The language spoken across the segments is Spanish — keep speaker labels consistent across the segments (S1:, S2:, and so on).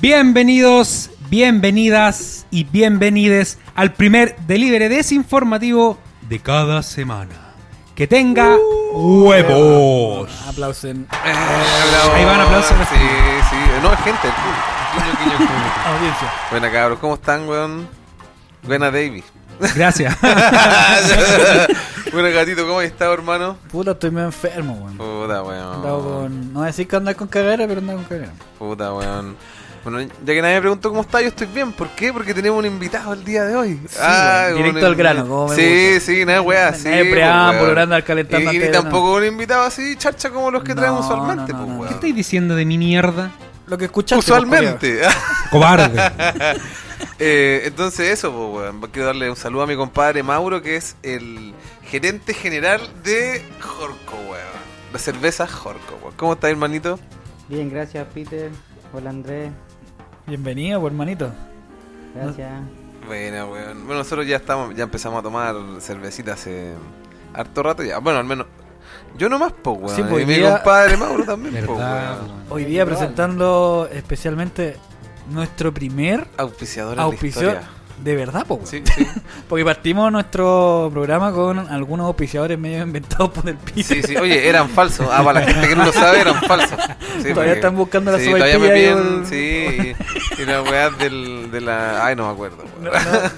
S1: Bienvenidos, bienvenidas y bienvenides al primer delivery desinformativo de cada semana. Que tenga huevos.
S2: Aplausen.
S1: Ahí van aplausos.
S3: Sí, sí. No, es gente, el público.
S2: Audiencia.
S3: Buena cabros, ¿cómo están, weón? Buena Davis.
S1: Gracias.
S3: Buena gatito, ¿cómo has estado, hermano?
S2: Puta, estoy medio enfermo, weón.
S3: Puta,
S2: Andaba
S3: weón.
S2: con. No voy a decir que andaba con cagera, pero andaba con cagera.
S3: Puta, weón. Bueno, ya que nadie me preguntó cómo está, yo estoy bien. ¿Por qué? Porque tenemos un invitado el día de hoy. Ah,
S2: weón, directo
S3: un
S2: al grano,
S3: invi-
S2: como me
S3: Sí,
S2: gusta.
S3: sí, nada, weá.
S2: Nada
S3: Sí,
S2: de
S3: pues,
S2: preámbulo,
S3: weón.
S2: grande al calentando
S3: Y, y
S2: antes de-
S3: tampoco un invitado así, charcha como los que
S2: No,
S3: traemos usualmente,
S2: no, no,
S3: pues,
S2: no.
S3: weón.
S2: ¿Qué
S1: ¿Qué estoy diciendo de mi mierda?
S2: Lo que escuchaste. pues,
S3: Usualmente.
S1: Cobarde.
S3: Eh, entonces eso, pues, weón. Quiero darle un saludo a mi compadre Mauro, que es el gerente general de Jorco, weón. La cerveza Jorco, weón. ¿Cómo estás, hermanito?
S4: Bien, gracias Peter. Hola Andrés.
S2: pues, Bienvenido, pues, hermanito.
S4: Gracias.
S2: Ah,
S3: Bueno, weón. Bueno, nosotros ya estamos, ya empezamos a tomar cervecita hace harto rato ya. Bueno, al menos. Yo nomás, pues, weón.
S2: Sí, pues,
S3: y mi
S2: día-
S3: compadre Mauro también, pues,
S1: ¿Verdad?
S3: weón.
S2: Hoy día
S4: Igual.
S2: presentando especialmente nuestro primer
S3: Auspiciador en la
S2: auspiciador.
S3: historia.
S2: De verdad, po, weón.
S3: Sí, sí.
S2: Porque partimos nuestro programa con algunos auspiciadores medio inventados por el piso.
S3: Sí, sí, oye, eran falsos. Ah, para la gente que no lo sabe, eran falsos. Sí,
S2: Todavía están buscando la
S3: sí,
S2: sopaipilla
S3: todavía me
S2: y
S3: piden,
S2: el-
S3: sí. Y la weá del, de la. Ay, no me acuerdo. weón.
S2: No,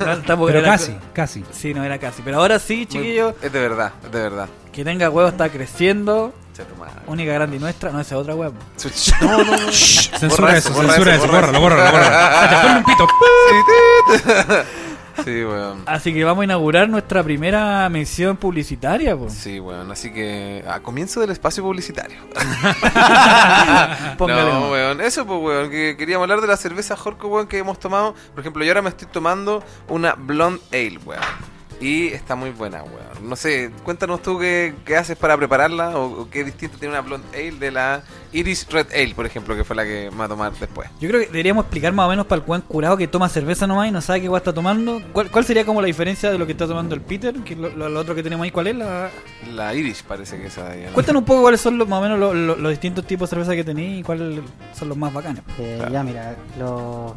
S2: no, no, tampoco
S1: Pero
S2: era-
S1: casi, casi.
S2: Sí, no era casi. Pero ahora sí, chiquillos.
S3: Es de verdad, es de verdad.
S2: Que tenga huevo está creciendo.
S3: Che, tu madre.
S2: Única grande y nuestra. No, esa es otra pues. huevo.
S3: No, no, no.
S1: Shh,
S3: Borra
S1: Censura
S3: eso,
S1: eso,
S3: borra
S1: censura
S3: eso,
S1: eso.
S3: borra
S1: Bórralo,
S3: eso.
S1: bórralo, bórralo. Cacha, Ponle un pito.
S3: Sí, weón.
S2: Así que vamos a inaugurar nuestra primera mención publicitaria, po.
S3: Sí, weón. Así que. A comienzo del espacio publicitario.
S2: Póngale
S3: No,
S2: nomás.
S3: weón. Eso, pues, weón. Que queríamos hablar de la cerveza Jorco, weón, que hemos tomado. Por ejemplo, yo ahora me estoy tomando una Blonde Ale, weón. Y está muy buena, weón. No sé, cuéntanos tú qué, qué haces para prepararla o, o qué distinto tiene una Blonde Ale de la Iris Red Ale, por ejemplo, que fue la que me va a tomar después.
S2: Yo creo que deberíamos explicar más o menos para el buen curado que toma cerveza nomás y no sabe qué guay está tomando. ¿Cuál, ¿Cuál sería como la diferencia de lo que está tomando el Peter? Que lo, lo- lo otro que tenemos ahí, ¿cuál es? La...
S3: La Iris parece que esa de ella. ¿no?
S2: Cuéntanos un poco cuáles son los, más o menos los, los- los distintos tipos de cerveza que tenéis y cuáles son los más bacanes.
S4: Eh,
S3: Claro.
S4: Ya mira, los,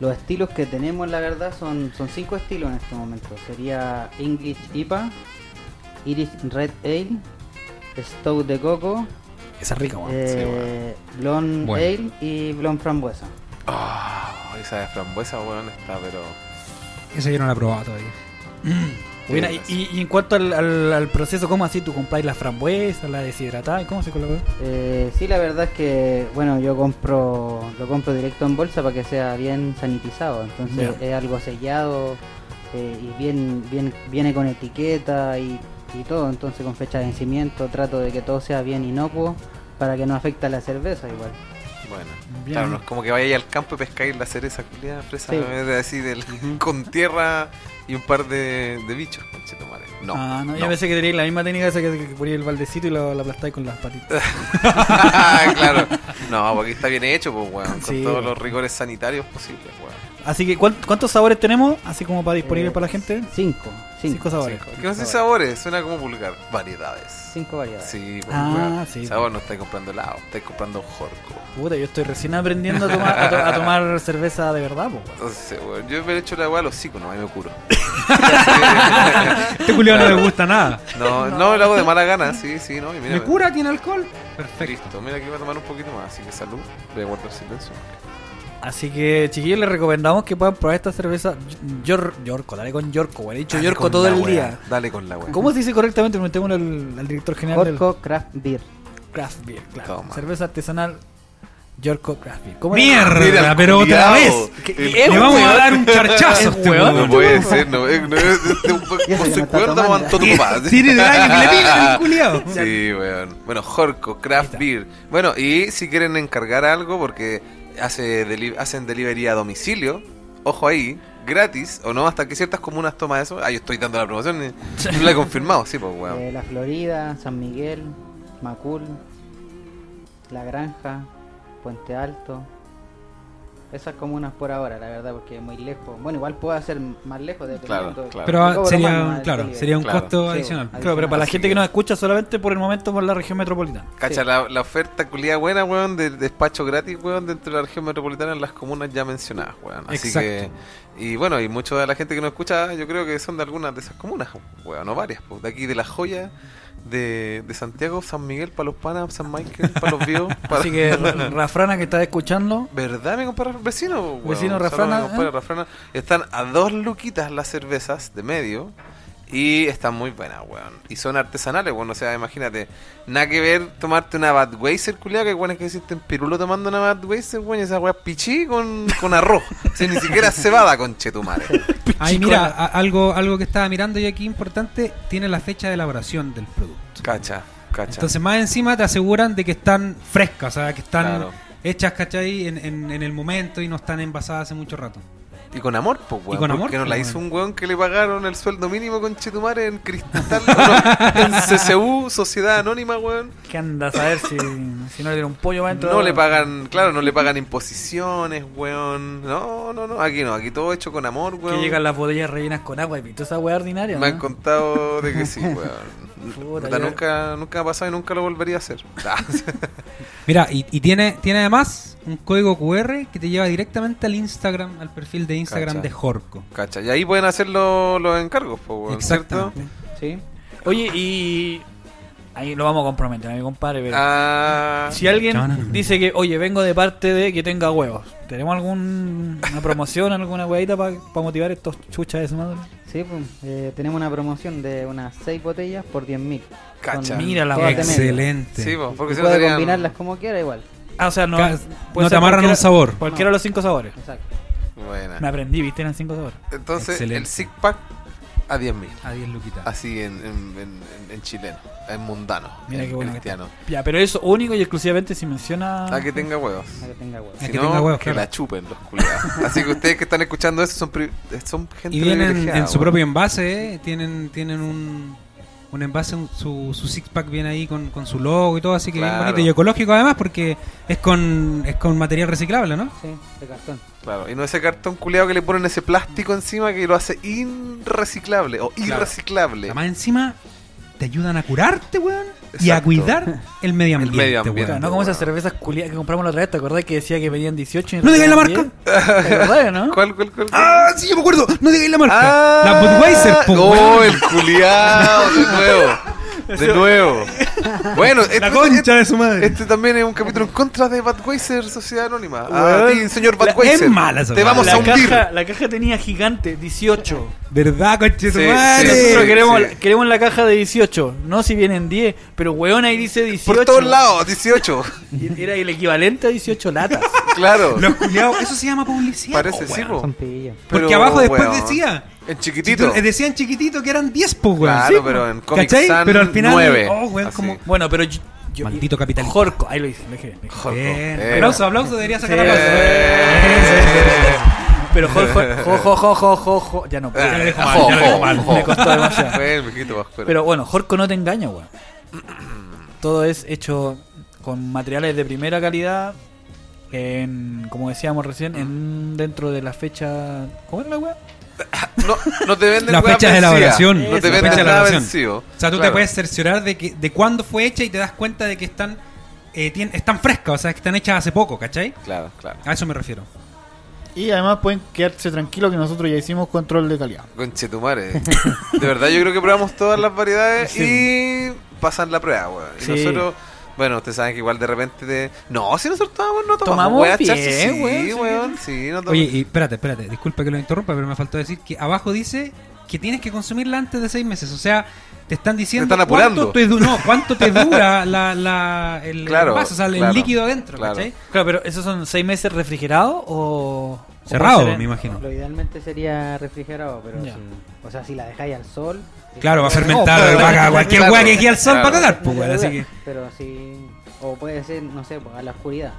S4: los estilos que tenemos la verdad son, son cinco estilos en este momento. Sería English IPA, Irish Red Ale, Stout de Coco,
S2: Esa es rica, weón.
S4: eh, Blonde
S1: Bueno.
S4: Ale y Blonde Frambuesa.
S3: Ah, esa de frambuesa, weón, está, pero.
S1: Esa yo no la he probado todavía.
S2: Bueno, y, y- y en cuanto al, al- al proceso, ¿cómo así tú compráis la frambuesa, la deshidratada? ¿Cómo se coloca?
S4: Eh, sí, la verdad es que, bueno, yo compro lo compro directo en bolsa para que sea bien sanitizado. Entonces es algo sellado eh, y bien, bien viene con etiqueta y, y todo. Entonces con fecha de vencimiento trato de que todo sea bien inocuo para que no afecte a la cerveza igual.
S3: Bueno,
S2: Bien.
S3: claro, no es como que vayáis al campo y pescáis la cereza culiada fresa
S4: Sí.
S3: eh, así del, con tierra y un par de, de bichos, conchetumare. No.
S2: ah, no,
S3: no.
S2: yo pensé que teníais la misma técnica esa que, que poníais el baldecito y lo, lo aplastáis con las patitas.
S3: claro. No, porque está bien hecho, pues, weón, con
S2: Sí,
S3: todos
S2: weón.
S3: los rigores sanitarios posibles, weón.
S2: Así que, ¿cuál- ¿cuántos sabores tenemos? Así como para disponible
S4: Eh,
S2: para la gente.
S4: Cinco. Cinco,
S2: Cinco sabores.
S3: Que no sé sabores, suena como vulgar. Variedades.
S4: Cinco variedades.
S3: Sí, pues,
S2: Ah,
S3: weón.
S2: sí.
S3: Sabor no estáis comprando helado, estáis comprando jorco.
S2: Puta, yo estoy recién aprendiendo a tomar, a to- a tomar cerveza de verdad, po, weón.
S3: Entonces, weón, yo me he hecho la weá a los hocicos, no, ahí me curo.
S1: Este culiao no le gusta nada.
S3: No, no, lo hago de mala gana, sí, sí, no. Y mira,
S1: ¿Me cura? ¿Tiene alcohol? Perfecto.
S3: Listo, mira que voy a tomar un poquito más, así que salud. Voy a guardar silencio.
S2: Así que, chiquillos, les recomendamos que puedan probar esta cerveza Yor- Yorko. Dale con Yorko, weón. He dicho
S3: Dale
S2: Yorko
S3: con
S2: todo
S3: la
S2: el
S3: wea,
S2: día.
S3: Dale con la weá.
S2: ¿Cómo se dice correctamente? Preguntémosle al, al director general del
S4: Corco Craft Beer.
S2: Craft Beer, claro.
S3: Toma.
S2: Cerveza artesanal Yorko Craft Beer. ¿Cómo era?
S3: Mira
S1: Mierda,
S3: el
S1: pero otra
S3: culiao.
S1: vez.
S2: ¿Qué-
S3: El-
S2: es
S1: Le vamos a
S2: weón?
S1: dar un charchazo. a
S2: Es
S1: este
S2: weón,
S1: weón.
S3: No puede ser, no es. No, es este, un-
S4: que
S3: con
S4: no
S3: su
S4: está
S3: cuerda
S4: tomando.
S3: aguantó tu paz.
S1: Tiene el año que le piden el culiao.
S3: Sí, weón. Bueno, Jorco, Craft Beer. Bueno, y si quieren encargar algo, porque hace deli- hacen delivery a domicilio, ojo ahí, gratis, o no, hasta que ciertas comunas toma eso. Ah, yo estoy dando la promoción, eh, no la he confirmado, sí, pues, weón.
S4: Eh, la Florida, San Miguel, Macul, La Granja, Puente Alto, esas comunas por ahora, la verdad, porque es muy lejos. Bueno, igual puedo hacer más lejos
S3: Claro,
S4: dependiendo.
S3: claro.
S4: Me
S1: Pero
S4: cobro más,
S1: sería,
S4: más
S1: claro,
S4: delivery.
S1: sería un
S3: Claro.
S1: costo
S4: Sí,
S1: adicional.
S4: bueno.
S2: Claro, pero para la
S3: Así
S2: gente
S3: que-
S2: que nos escucha solamente por el momento por la región metropolitana.
S3: Cacha, la, la oferta culia buena, weón, de despacho gratis, weón, dentro de la región metropolitana en las comunas ya mencionadas, weón. Así
S1: Exacto.
S3: que, y bueno, y mucha de la gente que nos escucha, yo creo que son de algunas de esas comunas, weón, o varias, pues, de aquí de La Joya, de, de Santiago, San Miguel, para los panas, San Michael, para los vivos. para-
S2: Así que R- Rafrana que está escuchando,
S3: ¿Verdad, mi compadre? Vecino, weón.
S2: Vecino
S3: Saludos
S2: Rafrana,
S3: a mi compadre
S2: ¿eh?
S3: Rafrana. Están a dos luquitas las cervezas de medio. Y están muy buenas, weón. Y son artesanales, weón. O sea, imagínate. Nada que ver tomarte una Budweiser, culiao. Que weón es que existen pirulo tomando una Budweiser, weón. Y esa weá pichí con, con arroz. o sea, ni siquiera cebada con chetumare.
S1: Ahí
S2: Chico,
S1: mira,
S2: la-
S1: a- algo, algo que estaba mirando yo aquí importante, tiene la fecha de elaboración del producto.
S3: Cacha, cacha.
S1: Entonces más encima te aseguran de que están frescas, o sea, que están
S3: Claro.
S1: hechas, ¿cachai? En, en- en el momento y no están envasadas hace mucho rato.
S3: y con amor, pues, weón.
S1: Y con amor,
S3: porque no
S1: pues,
S3: la
S1: weón.
S3: hizo un weón que le pagaron el sueldo mínimo con chetumare en cristal. no, en CCU, Sociedad Anónima, weón.
S2: que anda a saber si, si no le dieron un pollo para adentro.
S3: No le pagan, claro, no le pagan imposiciones, weón. No, no, no, aquí no, aquí todo hecho con amor,
S2: Que
S3: weón.
S2: llegan las botellas rellenas con agua y pito esa weá ordinaria.
S3: Me han
S2: ¿no?
S3: contado de que sí, weón.
S2: Puta, yo-
S3: Puta, nunca, nunca me ha pasado y nunca lo volvería a hacer. Ah,
S1: Mira, y, y tiene, tiene además un código QR que te lleva directamente al Instagram, al perfil de Instagram
S3: Cacha.
S1: de Jorco.
S3: Cacha, y ahí pueden hacer lo- los encargos, po, weón, ¿cierto?
S1: Exactamente.
S4: Sí.
S2: Oye, y ahí lo vamos a comprometer, mi compadre. pero-
S3: Ah,
S2: Si alguien
S1: Chana.
S2: dice que, oye, vengo de parte de que tenga huevos, ¿tenemos alguna promoción, alguna huevita para motivar estos chuchas de su madre?
S4: Sí, pues, eh, tenemos una promoción de unas 6 botellas por 10.000.
S3: Cacha.
S2: Mira la
S4: todas de medio.
S1: Excelente.
S3: sí, po, porque
S4: Y
S3: si no
S4: puede
S3: serían-
S4: combinarlas como quiera igual.
S2: Ah, o sea, no,
S1: Ca-
S2: puede
S1: no
S2: ser
S1: te amarran
S2: cualquiera-
S1: un sabor.
S2: Cualquiera de los cinco sabores.
S4: Exacto.
S2: Me
S3: Buena.
S2: aprendí, viste, eran cinco sabores.
S3: Entonces, el
S1: Excelente.
S3: six pack a 10.000.
S1: A 10 luquitas.
S3: Así en, en, en- en- en chileno, en mundano,
S2: Mira
S3: en
S2: qué bueno que
S3: cristiano.
S2: Ya, pero eso único y exclusivamente si menciona.
S3: Ah, que tenga huevos.
S4: para que tenga huevo.
S1: Ah,
S3: Si
S1: que
S3: no,
S1: tenga huevos,
S3: que
S1: claro.
S3: la chupen los culiados. Así que ustedes que están escuchando eso son, pri- son gente
S1: Y vienen
S3: privilegiada,
S1: en su
S3: weón.
S1: propio envase, ¿eh? tienen, tienen un, un envase, un- su, su six pack viene ahí con, con su logo y todo, así que
S3: Claro.
S1: bien bonito y ecológico además porque es con, es con material reciclable, ¿no?
S4: Sí, de cartón.
S3: Claro, y no ese cartón culiado que le ponen ese plástico encima que lo hace irreciclable o irreciclable.
S1: Además encima te ayudan a curarte, weón, y a
S3: Exacto.
S1: cuidar el medio
S3: El
S1: ambiente,
S3: medio
S1: weón.
S3: ambiente.
S2: Claro, no como esas cervezas culiadas que compramos la otra vez, ¿te acordás que decía que pedían 18? y
S1: No digáis la
S2: pedían
S3: marca.
S2: 10? ¿Te acordás, no?
S3: ¿Cuál, cuál, cuál?
S1: Ah, sí, yo me acuerdo, no digáis la marca.
S3: ¡Ah!
S1: la Budweiser, po,
S3: ¡Oh,
S1: weón.
S3: el culiado! De nuevo. De nuevo. Bueno,
S1: La
S3: este-
S1: concha de su madre.
S3: Este también es un capítulo en contra de Budweiser, Sociedad Anónima. A
S2: Weón.
S3: ti, señor
S2: La-
S3: Budweiser.
S1: es mala esa
S3: Te
S1: weá.
S3: vamos a
S2: la,
S3: hundir.
S2: caja, la caja tenía gigante, 18.
S1: ¿Verdad, coche
S3: Sí, sí,
S2: Nosotros
S3: sí.
S2: queremos, queremos la caja de 18, no si vienen 10, pero weón ahí dice 18.
S3: Por todos lados, 18.
S2: Y Era el equivalente a 18 latas.
S3: Claro.
S1: Los culiados, eso se llama publicidad.
S3: Parece,
S1: po,
S3: sí,
S1: weón.
S3: po.
S4: Son pillos.
S1: Porque
S3: Pero,
S1: abajo después
S3: weón,
S1: decía...
S3: En chiquitito. eh,
S1: Si tú- eh, decían chiquitito que eran 10, pues, weón.
S3: Claro, pero en Comic
S1: ¿Cachai?
S3: Sans
S1: Pero al final,
S3: 9,
S1: oh, weón,
S3: así.
S1: como-
S2: Bueno, pero yo. yo-
S1: Maldito capitalista.
S2: Jorco, ahí lo hice, lo dije, lo dije.
S3: Jorco.
S1: Bien.
S3: Eh,
S1: Aplauso, aplauso, debería sacar
S2: Sí.
S1: aplauso.
S3: Eh.
S2: Pero Jorco, jo, jo, jo, jo, jo, jo, ya no puedo.
S3: Ah,
S1: le dejo
S3: jo,
S1: mal, ya le dejo
S3: jo,
S1: mal.
S3: jo.
S2: Me costó demasiado.
S3: Bueno, mijito, bajo, pero-
S2: Pero bueno, Jorco no te engaña, weón. Todo es hecho con materiales de primera calidad. En, como decíamos recién, en, dentro de la fecha. ¿Cómo era la weá?
S3: No, no te venden
S1: La
S3: weá
S1: fecha de
S3: vencida.
S1: elaboración.
S3: No
S2: Eso,
S3: te
S2: la
S3: venden
S2: fecha de
S3: nada
S1: elaboración.
S3: vencido.
S1: O sea, tú te
S3: Claro.
S1: puedes cerciorar de que de cuándo fue hecha y te das cuenta de que están eh, tien- están frescas, o sea, que están hechas hace poco, ¿cachai?
S3: Claro, claro.
S1: A eso me refiero.
S5: Y además pueden quedarse tranquilos que nosotros ya hicimos control de calidad.
S3: Conchetumare. De verdad, yo creo que probamos todas las variedades y pasan la prueba, weón. Y
S2: Sí.
S3: nosotros, bueno, ustedes saben que igual de repente de. No, si nosotros tomamos, no tomamos.
S2: Tomamos
S3: weá,
S2: bien,
S3: Charles, sí,
S2: weón, sí.
S3: weón, sí, no tomamos.
S1: Oye, y espérate, espérate, disculpa que lo interrumpa, pero me faltó decir que abajo dice que tienes que consumirla antes de seis meses, o sea, te están diciendo
S3: Te están apurando.
S1: cuánto te, du- no, cuánto te dura la, la- el
S3: Claro,
S1: vaso, o sea, el
S3: claro,
S1: líquido adentro,
S3: claro.
S1: ¿cachai?
S2: Claro, pero ¿esos son seis meses refrigerados o...? o
S1: Cerrado,
S2: puede ser en-
S1: me imagino.
S4: Lo idealmente sería refrigerado, pero
S2: Ya.
S4: si, o sea, si la dejáis al sol.
S1: Claro, va a
S4: eh,
S1: fermentar,
S3: pero-
S1: va a cagar cualquier
S3: Claro,
S1: weá que quede al sol
S3: claro.
S1: para cagar,
S4: no
S1: pues, weón,
S4: te
S1: así
S4: dura,
S1: que...
S4: Pero si o puede ser, no sé, pues, a la oscuridad.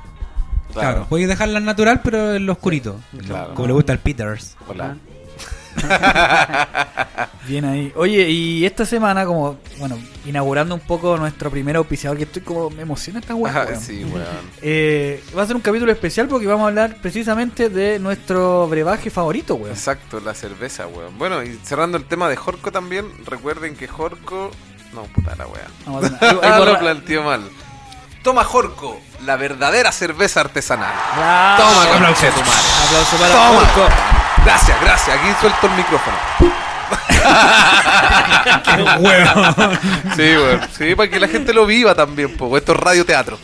S1: Claro, podéis dejarla natural, pero en lo oscurito.
S3: Claro.
S1: Como le gusta al Peters.
S3: Hola.
S4: Ajá.
S2: Bien ahí. Oye, y esta semana, como, bueno, inaugurando un poco nuestro primer auspiciador, que estoy como, me emociona esta weá.
S3: Ah,
S2: weón.
S3: sí, weón.
S2: Eh, va a ser un capítulo especial porque vamos a hablar precisamente de nuestro brebaje favorito, weón.
S3: Exacto, la cerveza, weón. Bueno, y cerrando el tema de Jorco también, recuerden que Jorco. No, puta la weá.
S2: Vamos a hacer una- ahí- ahí
S3: Ah,
S2: borra-
S3: lo planteó mal. Toma Jorco, la verdadera cerveza artesanal.
S2: Ya.
S3: Toma,
S1: aplausos.
S3: Ah, conche tu madre.
S2: Aplauso para
S3: Toma.
S2: Jorco.
S3: Gracias, gracias. Aquí suelto el micrófono.
S1: Huevón.
S3: Sí, weón. Sí, para que la gente lo viva también, po. Esto es radioteatro.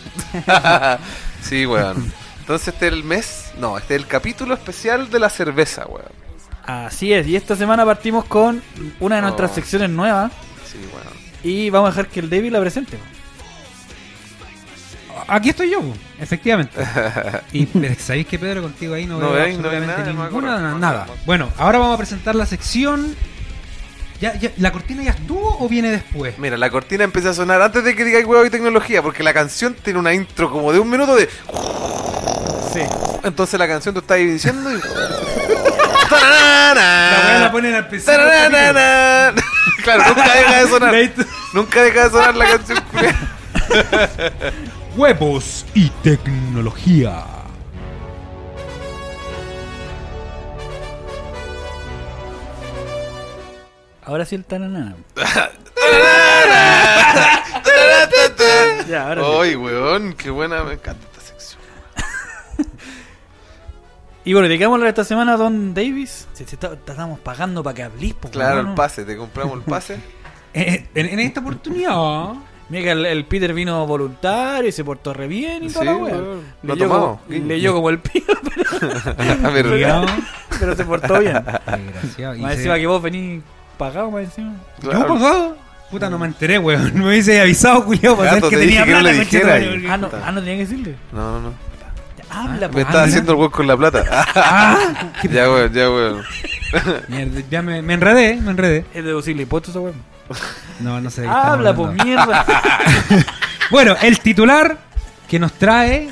S3: sí, weón. Entonces este es el mes, no, este es el capítulo especial de la cerveza, weón.
S2: Así es, y esta semana partimos con una de nuestras
S3: Oh.
S2: secciones nuevas
S3: Sí, weón.
S2: y vamos a dejar que el David la presente.
S1: Aquí estoy yo, efectivamente. Y sabéis que Pedro contigo ahí no,
S3: No
S1: veo
S3: veis, no veis
S1: absolutamente
S3: nada, no me
S1: ninguna-
S3: acuerdo, no me
S1: nada.
S3: acuerdo.
S1: Bueno, ahora vamos a presentar la sección. Ya, ya- ¿La cortina ya estuvo o viene después?
S3: Mira, la cortina empieza a sonar antes de que digáis huevo y tecnología, porque la canción tiene una intro como de un minuto de.
S2: Sí.
S3: Entonces la canción tú estás diciendo y.
S1: La weá la ponen al principio.
S3: Tarararara. Claro, nunca deja de sonar.
S1: Leíste.
S3: Nunca deja de sonar la canción. culiá.
S1: Huevos y tecnología.
S2: Ahora sí el tananana. Ya, ahora sí.
S3: Ay, weón, qué buena, me encanta esta sección.
S2: Y bueno, dedicamos esta semana a Don Davis. Si te, está- te estamos pagando para que hablís, po,
S3: Claro,
S2: weón.
S3: el pase, te compramos el pase.
S1: Eh, En, en esta
S3: Ah.
S1: oportunidad.
S2: Mira que el, el Peter vino voluntario y se portó re bien y
S3: Sí,
S2: toda la wea.
S3: weón. Lo
S2: Leyó
S3: tomamos.
S2: como- Leyó como el pino,
S3: A ver,
S1: cuidado,
S2: pero se portó bien.
S1: desgraciado, y
S2: Más
S1: se-
S2: encima que vos venís pagado, más encima.
S1: ¿Yo pagado? Puta, no me enteré, weón. Me hubiese avisado, culiao, para
S3: Gato,
S1: saber que
S3: te
S1: tenía
S3: dije que no
S1: plata,
S3: le
S1: conche
S3: dijera.
S1: tu madre,
S2: Ah, no,
S3: puta.
S2: ah, no tenía que decirle.
S3: No, no, no.
S2: Habla,
S3: Me
S2: po.
S3: estaba haciendo el weón con la plata.
S1: Ah,
S3: ya, weón, ya, weón.
S1: mierda, ya me, me enredé, me enredé.
S2: ah, Es deducible impuestos esa weón.
S1: No, no sé. de qué estamos
S2: Habla,
S1: hablando.
S2: pues mierda.
S1: Bueno, el titular que nos trae.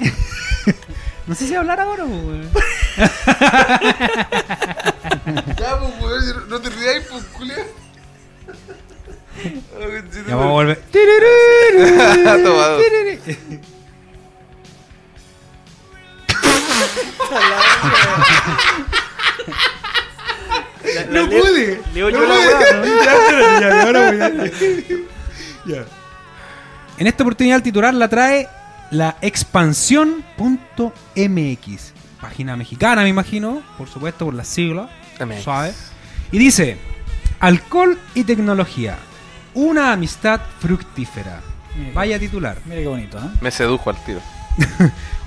S1: no sé si hablar ahora, weón.
S3: Ya, pues, weón, no te rías, pues, Ah, culia.
S1: Ya vamos a volver.
S3: Tomado.
S2: no pude. Leo yo la weá, ¿no?
S1: En esta oportunidad el titular la trae la expansión.mx, página mexicana me imagino, por supuesto por las siglas,
S3: MX.
S1: suave. Y dice, alcohol y tecnología, una amistad fructífera.
S2: Mira.
S1: Vaya titular.
S2: Mira qué bonito, ¿eh?
S3: Me sedujo al tiro.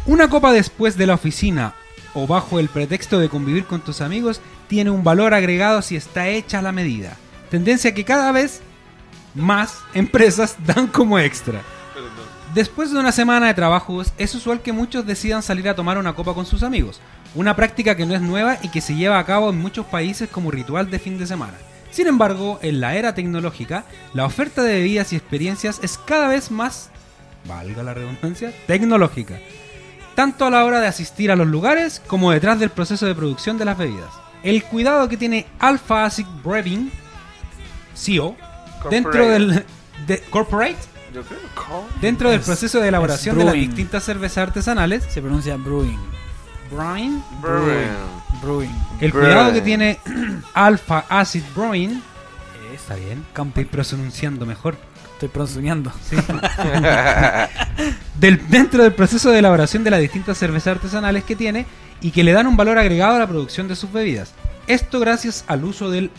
S1: Una copa después de la oficina o bajo el pretexto de convivir con tus amigos tiene un valor agregado si está hecha a la medida. Tendencia que cada vez más empresas dan como extra. Después de una semana de trabajos, es usual que muchos decidan salir a tomar una copa con sus amigos, una práctica que no es nueva y que se lleva a cabo en muchos países como ritual de fin de semana. Sin embargo, en la era tecnológica, la oferta de bebidas y experiencias es cada vez más, valga la redundancia, tecnológica, tanto a la hora de asistir a los lugares como detrás del proceso de producción de las bebidas. El cuidado que tiene Alpha Acid Brewing, CEO, dentro
S3: Corporate.
S1: del de- corporate
S3: Yo creo que.
S1: Dentro del
S2: Es-
S1: proceso de elaboración
S2: es
S1: de las
S2: brewing.
S1: distintas cervezas artesanales,
S2: Se pronuncia brewing.
S1: brine,
S2: Brewing.
S1: el
S3: Brewing.
S1: cuidado que tiene Alpha Acid Brewing, está
S2: Esa.
S1: bien,
S2: Campo.
S1: estoy pronunciando mejor,
S2: Eh, Estoy pronunciando.
S1: del, dentro del proceso de elaboración de las distintas cervezas artesanales que tiene y que le dan un valor agregado a la producción de sus bebidas. Esto gracias al uso del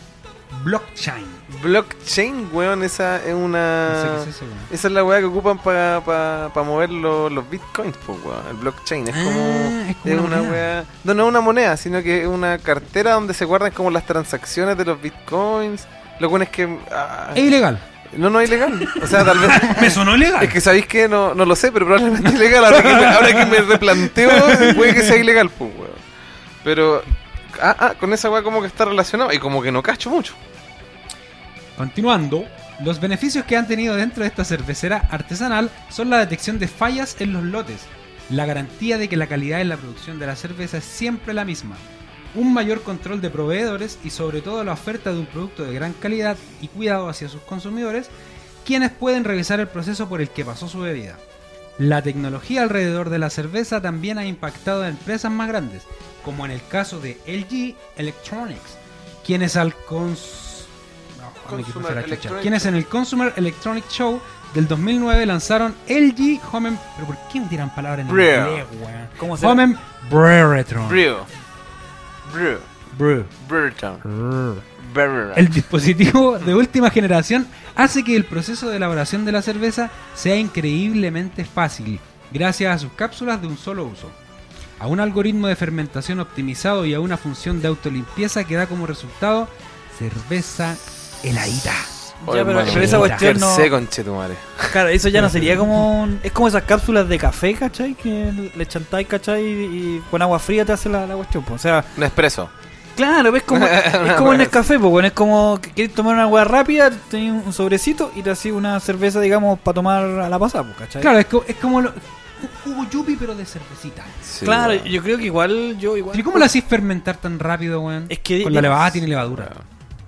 S1: blockchain.
S3: Blockchain, weón, esa es
S1: No sé
S3: una.
S1: qué es eso, weón.
S3: Esa es la weá que ocupan para mover lo- los bitcoins, po, weón. El blockchain es
S1: Ah,
S3: como.
S1: es como
S3: es
S1: una
S3: una
S1: moneda.
S3: weá. No, no es una moneda, sino que es una cartera donde se guardan como las transacciones de los bitcoins. Lo bueno es que. ah,
S1: Es ilegal.
S3: no, no es ilegal. O sea, tal vez.
S1: Me sonó ilegal.
S3: Es que sabéis que no, no lo sé, pero probablemente es ilegal. Ahora que me, ahora que me replanteo, puede que sea ilegal, pues, weón. Pero. Ah, ah, con esa weá como que está relacionado y como que no cacho mucho.
S1: Continuando, los beneficios que han tenido dentro de esta cervecera artesanal son la detección de fallas en los lotes, la garantía de que la calidad en la producción de la cerveza es siempre la misma, un mayor control de proveedores y sobre todo la oferta de un producto de gran calidad y cuidado hacia sus consumidores, quienes pueden revisar el proceso por el que pasó su bebida. La tecnología alrededor de la cerveza también ha impactado a empresas más grandes, como en el caso de LG Electronics, quienes al cons- no, me
S3: Consumer
S1: equivoqué la chucha.
S3: Electronic
S1: quienes en el Consumer Electronic Show del 2009 lanzaron LG Home... em-, ¿Pero por qué me tiran palabras en
S3: Brew.
S1: inglés, weón?
S2: ¿Cómo se
S1: Home em-, Brewerytron.
S3: Brew. Brew.
S1: Brew.
S3: Brewtown.
S1: Brr.
S3: Brewer.
S1: El dispositivo de última generación hace que el proceso de elaboración de la cerveza sea increíblemente fácil, gracias a sus cápsulas de un solo uso, a un algoritmo de fermentación optimizado y a una función de autolimpieza que da como resultado cerveza heladita.
S3: Oye,
S2: Ya, pero-
S3: hermano,
S1: pero esa
S2: cuestión no-
S3: Ejercé, conchetumare.
S2: Claro, eso ya no sería como un- Es como esas cápsulas de café, ¿cachai? Que le chantáis, ¿cachai? Y, y con agua fría te hace la, la cuestión, po. O sea,
S3: Un expreso.
S2: claro, es como, es como en el café, pues, bueno, es como que quieres tomar una agua rápida, tenés un sobrecito y te haces una cerveza, digamos, para tomar a la pasada, po, ¿cachai?
S1: Claro, es, co- es como lo, un jugo yupi pero de cervecita.
S2: Claro,
S3: weón.
S2: yo creo que igual yo igual.
S1: ¿Y cómo lo hacís fermentar tan rápido, weón?
S2: Es que-
S1: Con la levada tiene levadura.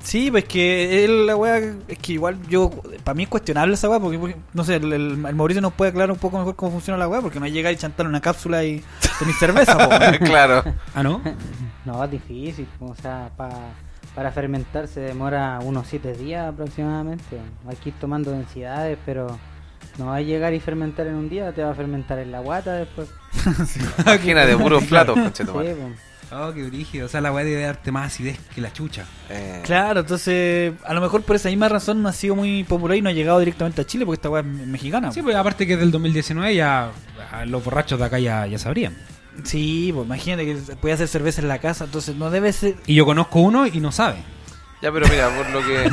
S2: Sí, pues que él, la weá, es que igual yo, para mí es cuestionable esa weá, porque por ejemplo, no sé, el, el- el Mauricio nos puede aclarar un poco mejor cómo funciona la weá, porque no llega y chantar una cápsula y tenés cerveza, po.
S3: claro.
S1: Ah, ¿no?
S4: No, es difícil. pues, O sea, pa- para fermentar se demora unos 7 días aproximadamente. Hay que ir tomando densidades, pero no va a llegar y fermentar en un día, te va a fermentar en la guata después.
S3: Imagínate, puros platos, conchetumare.
S4: Sí, pues.
S1: Oh, qué brígido. O sea, la weá debe darte más acidez que la chucha.
S3: Eh,
S2: Claro, entonces, a lo mejor por esa misma razón no ha sido muy popular y no ha llegado directamente a Chile, porque esta weá es me- mexicana.
S1: Sí,
S2: Sí,
S1: pues aparte que del 2019 ya a los borrachos de acá ya, ya sabrían.
S2: pues, imagínate que se puede hacer cerveza en la casa, entonces no debe ser...
S1: Y yo conozco uno y no sabe.
S3: Ya, pero mira, por lo que.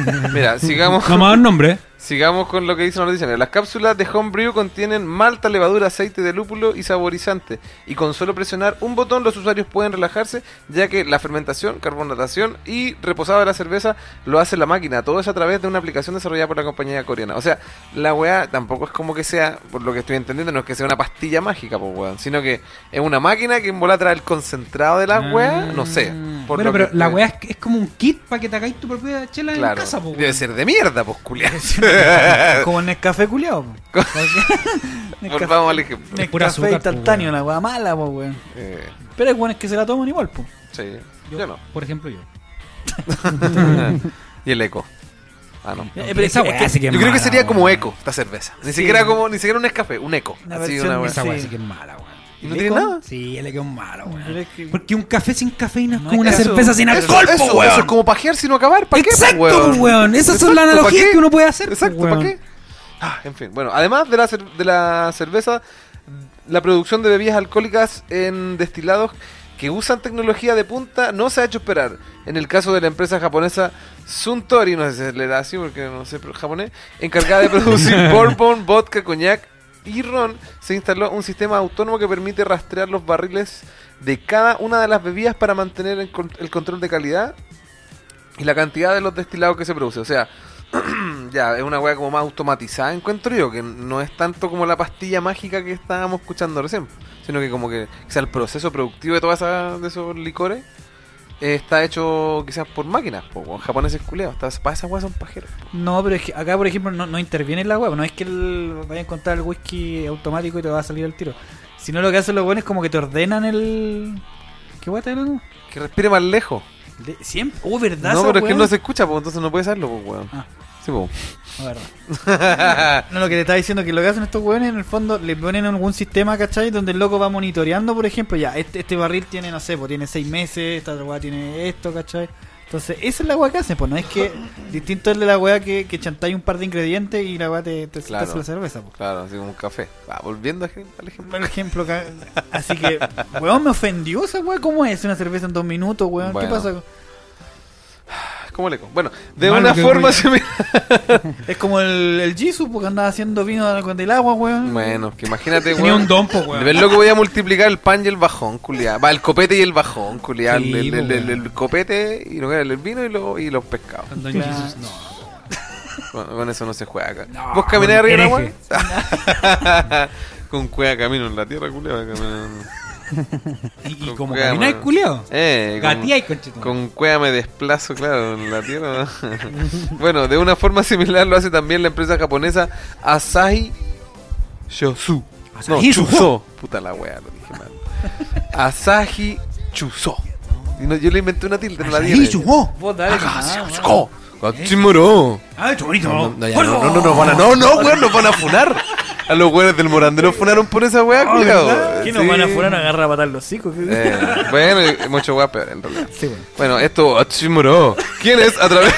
S3: Mira, sigamos.
S1: No me da el nombre.
S3: Sigamos con lo que dice la noticia. Mira, Las cápsulas de Homebrew contienen malta, levadura, aceite de lúpulo y saborizante. Y con solo presionar un botón los usuarios pueden relajarse ya que la fermentación, carbonatación y reposado de la cerveza lo hace la máquina. Todo eso a través de una aplicación desarrollada por la compañía coreana. O sea, la weá tampoco es como que sea, por lo que estoy entendiendo, no es que sea una pastilla mágica, pues weón. Sino que es una máquina que involucra el concentrado de la weá. No sé. por
S1: Ah. Bueno,
S3: lo
S1: pero
S3: que
S1: la
S3: estoy-
S1: weá es, es como un kit para que te hagáis tu propia chela en
S3: Claro.
S1: casa, po,
S3: Debe
S1: weón.
S3: ser de mierda, pues culiado.
S2: Como en el café culiao, po.
S3: Volvamos Pues al ejemplo.
S2: En el
S1: Pura
S2: café
S1: azúcar, po,
S2: instantáneo,
S1: weón.
S2: la weá mala, po, weón.
S3: Eh,
S2: Pero hay weones que se la toman igual, po.
S3: sí, yo,
S1: Yo,
S3: no.
S1: Por ejemplo, yo.
S3: y el eco. Ah, no.
S2: Eh, pero es
S1: esa
S2: que-
S1: weá
S2: es
S1: sí que
S3: Yo
S1: es
S3: creo que
S1: mala,
S3: sería como
S1: weón.
S3: eco esta cerveza. Ni
S2: Sí.
S3: siquiera como, ni siquiera un escape, un eco.
S2: Una
S3: Así
S2: versión
S3: una weá.
S1: Esa weá
S2: Sí.
S1: sí que es mala, weón.
S3: Y no tiene
S2: ¿Eco?
S3: nada.
S1: Sí, él le quedó mala,
S2: Pero
S1: weón.
S2: es que-
S1: Porque un café sin cafeína es
S2: No,
S1: como una
S2: eso-
S1: cerveza sin
S2: eso-
S1: alcohol, po,
S3: eso,
S1: weón.
S3: eso es como pajear si no acabar. ¿Para qué? po,
S1: Exacto, po, weón. Esas son las
S3: Exacto, ¿pa'
S1: analogías
S3: qué?
S1: que uno puede hacer, po,
S3: Exacto, ¿para
S1: weón.
S3: qué? Ah, en fin, bueno, además de la, cer- de la cerveza, la producción de bebidas alcohólicas en destilados que usan tecnología de punta no se ha hecho esperar. En el caso de la empresa japonesa Suntory, no sé si se le da así porque no sé pero japonés, encargada de producir bourbon, vodka, coñac y ron, se instaló un sistema autónomo que permite rastrear los barriles de cada una de las bebidas para mantener el con- el control de calidad y la cantidad de los destilados que se produce. O sea, ya, es una weá como más automatizada, encuentro yo, que no es tanto como la pastilla mágica que estábamos escuchando recién, sino que como que quizá el proceso productivo de todas esas de esos licores eh, está hecho quizás por máquinas, po, weón, japoneses culeados, estas- para esas weas son pajeros.
S2: No, pero es que acá, por ejemplo, no, no interviene la weá. No es que el, vaya a encontrar el whisky automático y te va a salir el tiro. Sino lo que hacen los weones es como que te ordenan el. ¿Qué weá está hablando?
S3: Que respire más lejos.
S2: De- Siempre. Oh, ¿verdad?
S3: No,
S2: esa
S3: pero es que
S2: weá?
S3: no se escucha, pues entonces no puedes hacerlo, pues weón.
S2: Ah.
S3: Sí, po.
S2: Ah, verdad. no, lo que te estaba diciendo que lo que hacen estos weones en el fondo le ponen algún sistema, ¿cachai? Donde el loco va monitoreando, por ejemplo, ya, este, este barril tiene, no sé, pues tiene seis meses, esta otra weá tiene esto, ¿cachai? Entonces, esa es la weá que hacen, pues no es que distinto es de la weá que, que chantáis un par de ingredientes y la weá te, te, te
S3: Claro.
S2: hace la cerveza, pues.
S3: Claro, así como un café. Va, volviendo a- al ejemplo.
S2: Por ejemplo, ca- así que, weón, me ofendió esa weá. ¿Cómo es una cerveza en dos minutos, weón?
S3: Bueno.
S2: ¿Qué pasa?
S3: ¿Cómo le co- Bueno, de
S1: Malo
S3: una
S1: que
S3: forma
S1: culiao.
S3: similar.
S2: Es como el, el Jisoo, porque andaba haciendo vino con el agua, weón.
S3: Bueno, que imagínate,
S1: Tenía
S3: weón.
S1: un don, po,
S3: De
S1: weón.
S3: ver lo que voy a multiplicar el pan y el bajón, culiá. Va, el copete y el bajón, culiá.
S1: Sí, pues,
S3: el, el- el- el- el
S1: weón.
S3: copete y lo que era el vino y, lo- y los pescados.
S1: Don
S2: Claro.
S1: Jesus, no.
S3: Con, con eso no se juega acá.
S1: No,
S3: ¿Vos caminás
S1: con
S3: arriba de la
S1: hereje.
S3: weá? Con cueva camino en la tierra, culiá. va caminando.
S1: Y, y
S3: Con
S1: como
S3: cueva,
S1: camináis,
S3: mano.
S1: culiao.
S3: Eh, con-
S1: Gatía y conchetumare.
S3: Con cueva me desplazo, claro, en la tierra. ¿no? bueno, de una forma similar lo hace también la empresa japonesa Asahi Shosu. No,
S1: Asahi Shosu.
S3: Chuso. Puta la wea, lo dije mal. Asahi Chuso. Y no, yo le inventé una tilde, no la eh.
S1: Asahi
S3: tiene.
S1: Chuso.
S2: Vos dale.
S3: Asahi Chuso. Gachimuro.
S1: Ah, qué bonito.
S3: Ah, No, no, ya, no, no, no, nos van a, no, no, weón, nos van a funar. A los weones del Morandero funaron por esa wea, cuidado.
S2: ¿Qué nos van a furar a agarrar a patar los hocico?
S3: Eh, bueno, y mucho weá peor en realidad.
S2: Sí, bueno.
S3: Bueno, esto Achimuro. ¿Quién es a través?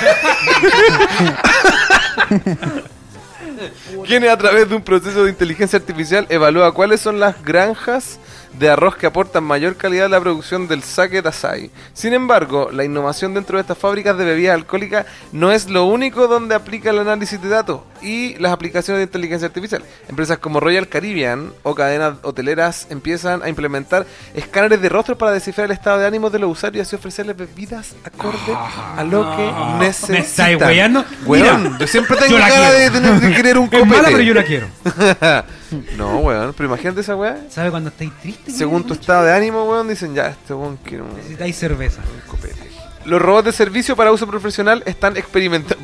S3: ¿Quién es a través de un proceso de inteligencia artificial evalúa cuáles son las granjas de arroz que aportan mayor calidad a la producción del sake tasai? Sin embargo, la innovación dentro de estas fábricas de bebidas alcohólicas no es lo único donde aplica el análisis de datos y las aplicaciones de inteligencia artificial. Empresas como Royal Caribbean o cadenas hoteleras empiezan a implementar escáneres de rostro para descifrar el estado de ánimo de los usuarios y así ofrecerles bebidas acorde a lo
S1: no.
S3: que
S1: ¿Me
S3: necesitan.
S1: estáis weyando?
S3: Weón,
S1: Mira,
S3: yo siempre
S1: yo
S3: tengo
S1: la
S3: cara de,
S1: quiero.
S3: tener, de querer un
S1: Es
S3: copete.
S1: mala, pero yo la quiero.
S3: no, weón, pero imagínate esa weá.
S1: ¿Sabe cuando estáis tristes?
S3: Según tu estado de ánimo, weón, dicen ya, este weón quiere un, un
S1: Necesitáis cerveza.
S3: copete. Los robots de servicio para uso profesional están experimentando.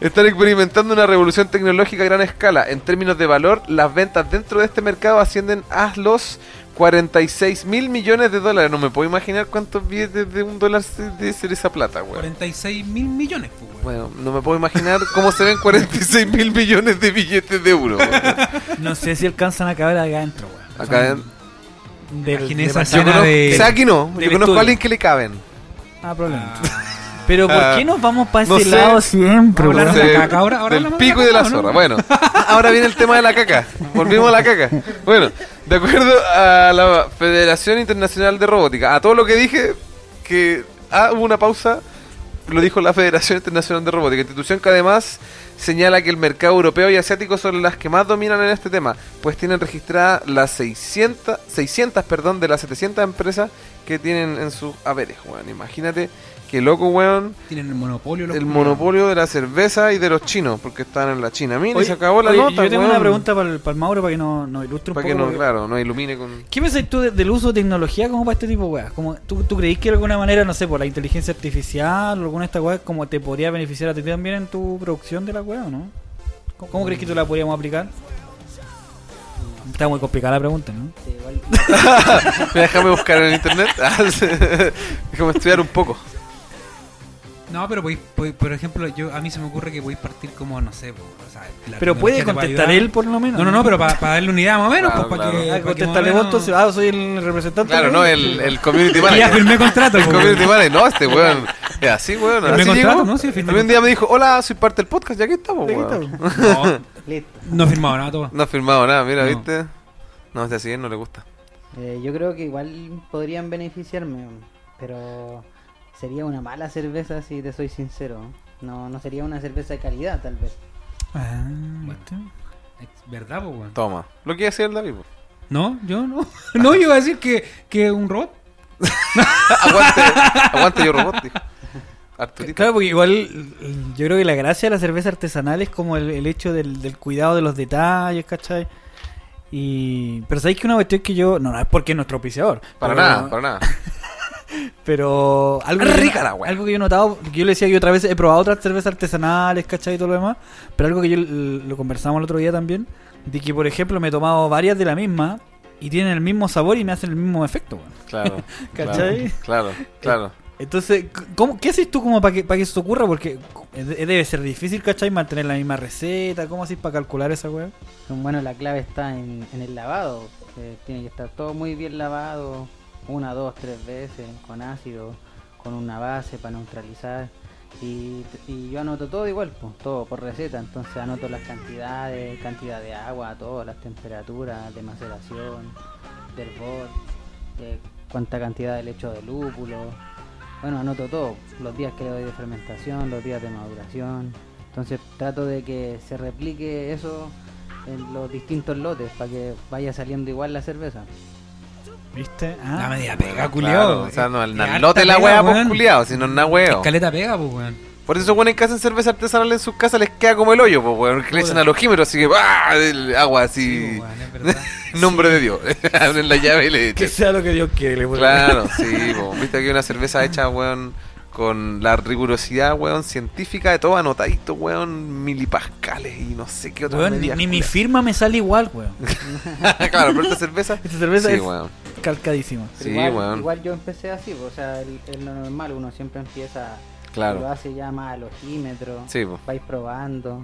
S3: Están experimentando una revolución tecnológica a gran escala. En términos de valor, las ventas dentro de este mercado ascienden a los 46 mil millones de dólares. No me puedo imaginar cuántos billetes de un dólar se- debe ser esa plata, weón.
S1: 46 mil millones, pues, weón.
S3: Bueno, no me puedo imaginar cómo se ven 46 mil millones de billetes de euros. weón.
S2: No sé si alcanzan a caber acá adentro, weón.
S3: Acá en-
S2: Del-
S1: Imagina
S2: de
S1: esa
S3: yo
S2: pasar-
S1: escena
S3: conozco,
S1: de-
S3: o sea, aquí no,
S2: del
S3: yo conozco
S2: estudio.
S3: a alguien que le caben.
S2: Ah, probablemente. Pero ¿por
S3: Ah,
S2: qué nos vamos para ese
S3: no sé.
S2: lado siempre,
S1: Vamos a
S2: weón?
S1: hablar de la caca ahora, ahora
S3: del
S1: hablamos de la
S3: pico y de
S1: caca,
S3: la
S1: ¿o no?
S3: zorra. Bueno, ahora viene el tema de la caca. Volvimos a la caca. Bueno, de acuerdo a la Federación Internacional de Robótica, a todo lo que dije, que ah, hubo una pausa, lo dijo la Federación Internacional de Robótica, institución que además señala que el mercado europeo y asiático son las que más dominan en este tema, pues tienen registrada las 600, 600 perdón, de las 700 empresas que tienen en sus haberes, weón. Imagínate que loco, weón.
S1: Tienen el monopolio. los
S3: El
S1: culiados.
S3: monopolio de la cerveza y de los chinos, porque están en la China. Mira, y
S2: Oye,
S3: se acabó la
S2: oye,
S3: nota.
S2: Yo tengo
S3: weón.
S2: una pregunta para el, para el Mauro para que nos no ilustre un
S3: Para
S2: poco.
S3: que no,
S2: porque-
S3: claro, no ilumine con.
S2: ¿Qué pensáis tú de- del uso de tecnología como para este tipo de weas? Como, ¿tú, ¿Tú creís que de alguna manera, no sé, por la inteligencia artificial o alguna de estas weas, como te podría beneficiar a ti también en tu producción de la wea o no? ¿Cómo, cómo crees que tú la podríamos aplicar? Está muy complicada la pregunta, ¿no?
S4: Sí, igual-
S3: Déjame buscar en internet. Ah, sí. Déjame estudiar un poco.
S1: No, pero podéis- podéis- por ejemplo, yo a mí se me ocurre que podéis partir como, no sé, po, o sea, la
S2: Pero puede
S1: tecnología te
S2: contestar
S1: ayudar.
S2: él por lo menos.
S1: No, no, no, pero para darle unidad más o menos,
S3: Claro,
S1: pues para
S3: claro.
S1: que.
S2: Ah,
S1: pa' que más o
S2: contestarle vos,
S1: menos-
S2: entonces, ah, soy el representante.
S3: Claro,
S2: ¿no?
S3: no, el, el community
S1: Y ya
S3: manager.
S1: firmé contrato,
S3: El
S1: po,
S3: community
S1: weón.
S3: manager, no, este weón. Es así, weón.
S1: Firmé
S3: Así
S1: contrato,
S3: llegó.
S1: ¿no? Sí, firmé
S3: Y un día me dijo: Hola, soy parte del podcast, ya aquí estamos,
S2: Aquí
S3: weón.
S2: está.
S1: No,
S4: Listo.
S1: no he firmado nada, toma.
S3: No ha firmado nada, mira,
S1: No.
S3: ¿viste? No, si así es, no le gusta.
S4: Eh, yo creo que igual podrían beneficiarme, pero sería una mala cerveza si te soy sincero. No, no sería una cerveza de calidad tal vez.
S2: Ah, ¿viste?
S1: Es ¿Verdad, po, weón?
S3: Toma. Lo que hacía el David. po.
S1: No, yo no. No, yo iba a decir que, que un robot.
S3: Aguante, aguante yo robot, dijo. Arturito.
S2: Claro, porque igual yo creo que la gracia de la cerveza artesanal es como el, el hecho del, del cuidado de los detalles, ¿cachai? Y, pero sabéis que una cuestión que yo. No, no es porque es nuestro auspiciador.
S3: Para
S2: pero-
S3: nada, para nada.
S2: Pero. Algo que,
S3: Rica
S2: yo,
S3: la wea.
S2: algo que yo he notado. que Yo le decía que otra vez he probado otras cervezas artesanales, ¿cachai? Y todo lo demás. Pero algo que yo l- lo conversamos el otro día también. De que, por ejemplo, me he tomado varias de la misma. Y tienen el mismo sabor y me hacen el mismo efecto, weón.
S3: Claro.
S2: ¿Cachai?
S3: Claro, claro.
S2: Eh, Entonces, c- ¿cómo, ¿qué haces tú como para que, para que eso ocurra? Porque eh, de- debe ser difícil, ¿cachai? Mantener la misma receta. ¿Cómo haces para calcular esa weá?
S4: Bueno, la clave está en, en el lavado. Eh, tiene que estar todo muy bien lavado, una, dos, tres veces, con ácido, con una base para neutralizar. Y, y yo anoto todo igual, pues, todo por receta. Entonces anoto las cantidades, cantidad de agua, todo, las temperaturas de maceración, del bor, de cuánta cantidad de lecho de lúpulo. Bueno, anoto todo, los días que le doy de fermentación, los días de maduración. Entonces trato de que se replique eso en los distintos lotes para que vaya saliendo igual la cerveza.
S2: ¿Viste?
S1: La
S2: Ah,
S1: media pega,
S3: Claro,
S2: eh,
S1: culiao.
S3: O sea, no, el
S1: Es harta
S3: nalote la
S1: pega,
S3: wea, pues
S1: weón.
S3: culiao, sino el nahueo.
S1: Escaleta pega, pues, weón.
S3: Por eso, bueno, que hacen cerveza artesanal en sus casas les queda como el hoyo, pues, weón. Que le echan al ojímetro, así que ¡bah! El agua así.
S1: Sí, weón, es verdad.
S3: Nombre de Dios. Abren la llave y le
S2: Que
S3: echan.
S2: sea lo que Dios quiere, le ponen.
S3: Claro, sí, po. viste aquí una cerveza hecha, weón, con la rigurosidad, weón, científica de todo anotadito, weón, milipascales y no sé qué otra
S2: Weón, ni,
S3: medidas
S2: ni mi
S3: culias.
S2: firma me sale igual, weón.
S3: Claro, pero esta cerveza.
S2: Esta cerveza
S3: sí,
S2: es
S3: weón.
S2: calcadísima.
S3: Sí,
S4: igual,
S3: weón.
S4: igual yo empecé así, pues, o sea, el- es lo normal, uno siempre empieza, lo
S3: Claro.
S4: hace ya más al ojímetro,
S3: Sí, po.
S4: vais probando,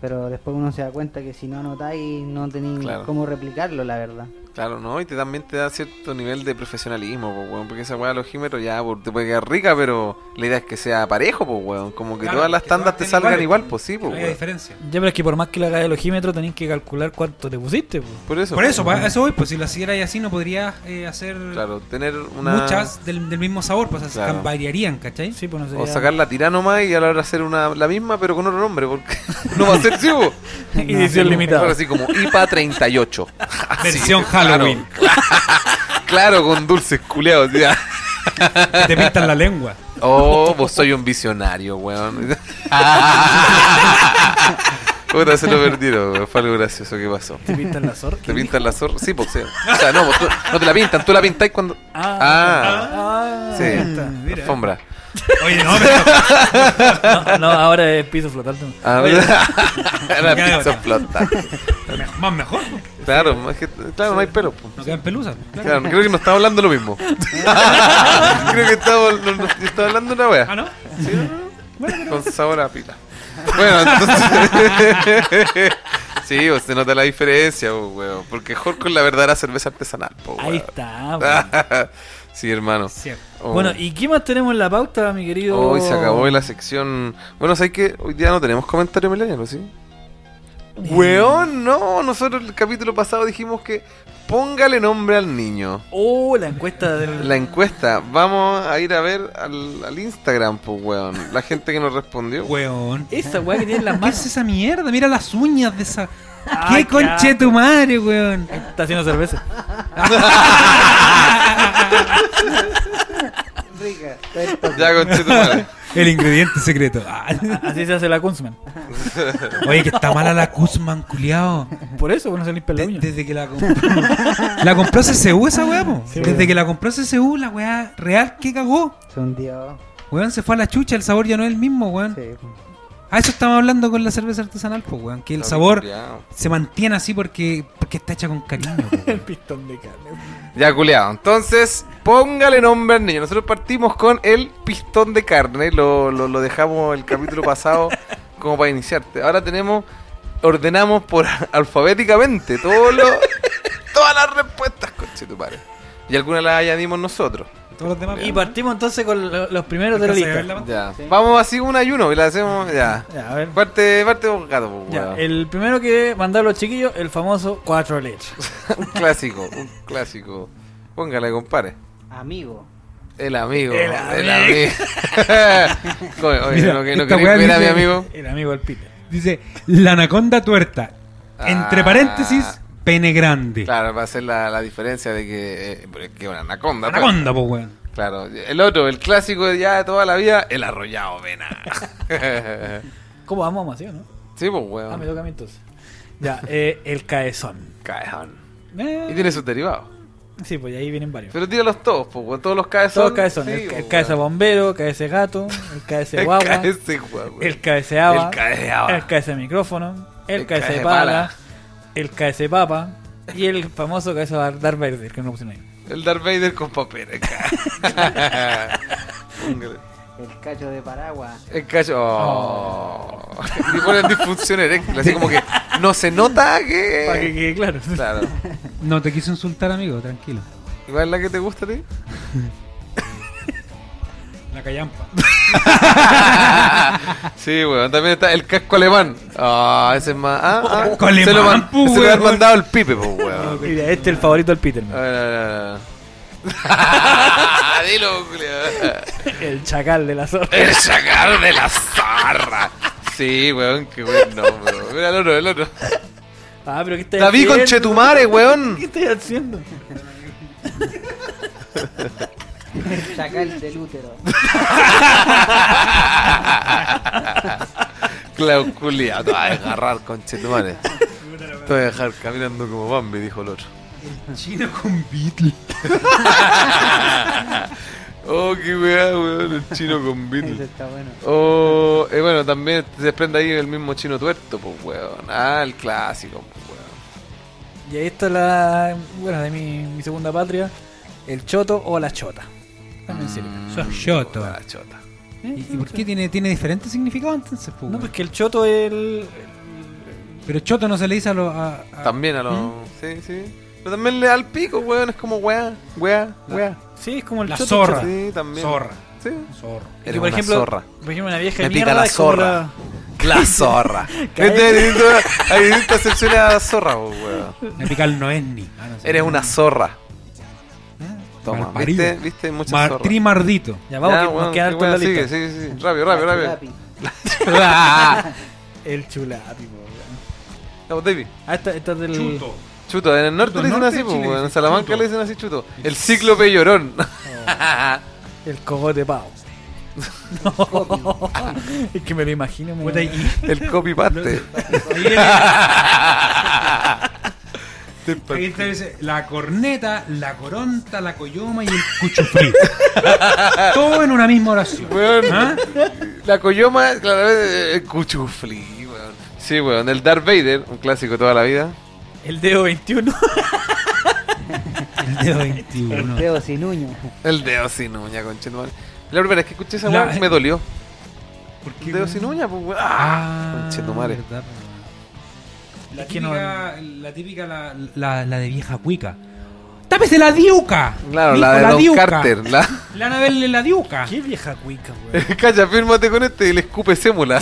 S4: pero después uno se da cuenta que si no anotáis no tenéis
S3: Claro.
S4: cómo replicarlo, la verdad.
S3: Claro, ¿no? Y te, también te da cierto nivel de profesionalismo, po, weón. Porque esa weá de ojímetro ya po, te puede quedar rica, pero la idea es que sea parejo, po, weón. Como que
S1: Claro,
S3: todas las
S1: que
S3: tandas
S1: todas
S3: te
S1: queden
S3: salgan
S1: iguales.
S3: igual, pues sí, po,
S1: No hay
S3: weón.
S1: diferencia.
S2: Ya, pero es que por más que la hagas el ojímetro, tenés que calcular cuánto te pusiste, po.
S3: Por eso.
S1: Por eso,
S3: po,
S1: pa- eso voy, pues si lo hicieras así no podrías eh, hacer
S3: Claro, tener una.
S1: muchas del, del mismo sabor, pues
S3: Claro.
S1: cam- variarían, ¿cachai?
S2: Sí, pues no
S3: O
S2: sería-
S3: sacarla la tira nomás y a la hora hacer una, la misma pero con otro nombre, porque no va a ser sí, po.
S2: Y edición
S3: Claro,
S2: limitada.
S3: así como IPA 38.
S1: Versión Halloween,
S3: Claro, con dulces culeados. ya.
S1: que te pintan la lengua.
S3: Oh, vos soy un visionario, weón. Puta, se lo perdieron, weón. Fue algo gracioso que pasó.
S2: Te pintan la zorra.
S3: ¿Te pintan la zorra? Sí, pues sí. O sea, no, vos tú- no te la pintan, tú la pintáis cuando. Ah,
S2: Ah,
S3: sí.
S2: ahí está.
S1: mira.
S3: Alfombra.
S1: Oye, no, pero
S2: No, no, ahora es piso flotante.
S3: Ah,
S2: Oye,
S3: la
S1: Ya,
S3: pizza
S1: ya.
S3: flota.
S1: me- más mejor, pues.
S3: Claro, más que- claro, no hay pelo. po.
S1: no quedan pelusas. claro.
S3: Claro, creo que no estaba hablando lo mismo. creo que estaba, no- no- estaba hablando una wea.
S1: Ah, ¿no?
S3: Sí, no, no. Con sabor a pila. Bueno, entonces. sí, pues, se nota la diferencia, pues, weón. Porque Jorge la verdad era cerveza artesanal, pues,
S2: Ahí
S3: weón.
S2: está, weón.
S3: sí, hermano.
S1: Cierto.
S3: Oh.
S2: Bueno, ¿y qué más tenemos en la pauta, mi querido?
S3: Hoy se acabó la sección. Bueno, ¿sabes que Hoy día no tenemos comentario milenial, ¿sí?
S2: Eh.
S3: Weón, no. Nosotros el capítulo pasado dijimos que póngale nombre al niño.
S2: Oh, la encuesta del.
S3: La encuesta. Vamos a ir a ver al, al Instagram, pues, weón. La gente que nos respondió.
S1: Weón.
S2: Esa weá que tiene en las
S1: ¿Qué es
S2: manos.
S1: esa mierda? Mira las uñas de esa.
S2: Ay,
S1: ¡Qué conche tu madre, weón!
S2: Está haciendo cerveza.
S4: Rica, esto-
S3: Ya, conchetumare.
S1: El ingrediente secreto. Ah.
S2: Así se hace la Kunzman.
S1: Oye, que está mala la Guzmán, culiao.
S2: Por eso, bueno, se limpia la
S1: De-
S2: uña.
S1: desde que la compró. la compró CCU esa weá, po. desde que la compró CCU, la weá real que cagó.
S4: Se hundió.
S1: Weón, se fue a la chucha, el sabor ya no es el mismo, weón.
S4: Sí, pues.
S1: A eso estamos hablando con la cerveza artesanal, pues, weón. Que el sabor
S3: Ya,
S1: se mantiene así porque, porque está hecha con cariño. po,
S2: El
S1: weón.
S2: pistón de carne.
S3: Ya, culeado. Entonces, póngale nombre al niño. Nosotros partimos con el pistón de carne. Lo, lo- lo dejamos el capítulo pasado como para iniciarte. Ahora tenemos. Ordenamos por alfabéticamente todo lo- todas las respuestas, conchetumare. Y algunas las añadimos nosotros.
S1: Todos los demás.
S2: Y
S1: weón.
S2: partimos entonces con lo- los primeros de la
S1: ¿Alcanzas a ver
S2: lista.
S1: la pantalla?
S3: Ya. Vamos así una y uno y la hacemos. Ya.
S2: Ya, a ver.
S3: Parte, parte vos, gato, pues,
S2: Ya,
S3: weón.
S2: el primero que mandaron los chiquillos, el famoso cuatro leches.
S3: Un clásico, un clásico. Póngale, compadre.
S4: Amigo.
S3: El amigo.
S2: El
S3: El
S2: amigo.
S3: amigo. Oye, oye,
S1: Mira,
S3: no, que- no
S1: esta
S3: queréis
S1: weá
S3: ver a mi
S1: dice-
S3: amigo.
S2: El amigo del Peter.
S1: Dice, la anaconda tuerta. Entre
S3: Ah.
S1: paréntesis, pene grande.
S3: Claro, va a ser la, la diferencia de que. eh, pero es que una anaconda. pues.
S1: Anaconda, po, weón.
S3: Claro. El otro, el clásico de ya de toda la vida, el arrollado, vena.
S2: ¿Cómo vamos, vamos así o no?
S3: sí, pues,
S2: Ah, me
S3: weón.
S2: toca a mí entonces. Ya, eh, el caezón.
S3: Cajón.
S2: Eh,
S3: Y tiene sus derivados.
S2: Sí, pues ahí vienen varios.
S3: Pero tíralos todos, pues, weón. Todos los cabezones.
S2: Todos caezón.
S3: sí,
S2: el,
S3: pues,
S2: el caeza
S3: weón.
S2: bombero, caeza gato, el caeza
S3: El
S2: guagua,
S3: caece guagua.
S2: el caeza
S3: El
S2: aba,
S3: caece aba.
S2: el caeza micrófono, el
S3: Ah. El
S2: caeza
S3: caece
S2: pala,
S3: pala.
S2: el caeza papa y el famoso caeza Darth Vader, que no lo pusieron ahí.
S3: El Darth Vader con papel. el ca- Póngale.
S4: El cacho de paraguas.
S3: El cacho. Oh. Y ponen disfunción eréctil, así como que no se nota
S2: Para que
S3: que.
S2: quede claro.
S3: Claro.
S1: No te quise insultar, amigo, tranquilo.
S3: ¿Cuál es la que te gusta a ti?
S1: La callampa.
S3: sí, weón. También está el casco alemán. Ah, ese es más. Ah, ah.
S1: Casco alemán,
S3: se lo, man-
S1: pu,
S3: se lo habían
S1: weón.
S3: mandado el pipe, pues, weón.
S2: Mira, este es el favorito del Peter.
S3: A
S2: mira.
S3: ver, a ver, a ver. Dilo, culiao.
S2: El chacal de la zorra.
S3: El chacal de la zarra. Sí, weón, qué buen nombre. weón. Mira el otro, el otro.
S2: Ah, pero ¿qué estás
S3: David
S2: haciendo?
S3: con Chetumare, weón.
S2: ¿Qué estás haciendo?
S4: Chacal del útero.
S3: Clauculia, te vas a agarrar, conchetumare. Te voy a dejar caminando como Bambi, dijo el otro. Ah.
S1: Chino con Beatle.
S3: Oh, qué weá, weón, el chino con
S4: Eso
S3: Beatle.
S4: está bueno.
S3: Oh, eh, bueno, también se desprende ahí el mismo chino tuerto, pues weón. Ah, el clásico, pues weón.
S2: Y ahí está la. Bueno, de mi, mi segunda patria. El choto o la chota. También sirve.
S1: Sos choto.
S3: Ah, chota.
S1: ¿Y, y por qué tiene, tiene diferente significado entonces?
S3: Uh.
S1: po,
S2: Eh, No,
S1: weón?
S2: pues que el choto es el.
S1: Pero choto no se le dice a los. a- a-
S3: También a los. Sí, sí. Pero también le da al pico, weón, es como weá, weá, weá.
S2: Sí, es como el
S1: La
S2: choto.
S1: zorra.
S2: choto.
S3: Sí, también.
S1: Zorra.
S3: Sí.
S1: Zorro.
S2: Que,
S3: Eres
S2: por
S3: una
S2: ejemplo,
S3: zorra.
S2: Por ejemplo, una vieja
S3: Me
S2: de
S3: pica
S2: mierda
S3: la
S2: es como
S3: zorra.
S2: la-
S3: La zorra. Viste, hay distintas- Hay distintas excepciones a la zorra, po, weón.
S1: Me pica el noenni. Ah, no sé.
S3: Eres una zorra.
S1: Ah,
S3: Toma,
S1: malparido.
S3: ¿viste? ¿Viste? Hay Muchas
S1: Mar-
S3: zorras.
S1: Trimardito.
S2: Ya vamos,
S3: Ya,
S2: que
S3: weón,
S2: nos queda
S3: qué
S2: harto en
S3: weá,
S2: la
S3: sigue,
S2: lista.
S3: sí, sí, Rápido, rápido, rápido.
S4: Lápiz.
S2: El chulapi, po, weón.
S3: Vamos, David.
S2: Ah, esta, esta es del.
S3: Chuto, en el norte
S1: Chuto,
S3: le dicen
S1: norte
S3: así,
S1: de
S3: po,
S1: Chile
S3: weón. En
S1: dicen
S3: Salamanca
S1: chuto.
S3: le dicen así chuto. El cíclope llorón.
S2: El cogote pavo. No. es que me lo imagino. me-
S1: Puta, y-
S3: El copypaste.
S1: ahí viene- ahí está, dice, la corneta, la coronta, la coyoma y el cuchufrí. Todo en una misma oración.
S3: Weón.
S1: ¿Ah?
S3: La coyoma, claramente, el cuchufli, weón. Sí, weón. El Darth Vader, un clásico de toda la vida.
S2: El dedo 21.
S1: El dedo 21.
S4: Teo sin uño.
S3: El dedo sin uña, conchetumal. La primera vez que escuché esa
S1: La-
S3: weón me dolió.
S1: ¿Por qué,
S3: El dedo
S1: weón?
S3: sin uña, pues weón.
S1: Ah,
S3: Conchetumare.
S1: verdad, po. La
S2: Es que no-
S1: típica, la, típica la, la- la de vieja cuica. ¡Tápese la diuca!
S3: Claro,
S1: Mijo,
S3: la de Don
S1: diuca.
S3: Carter. La...
S1: Le van a verle la diuca.
S2: Qué vieja cuica, weón.
S3: Calla, fírmate con este y le escupe sémula.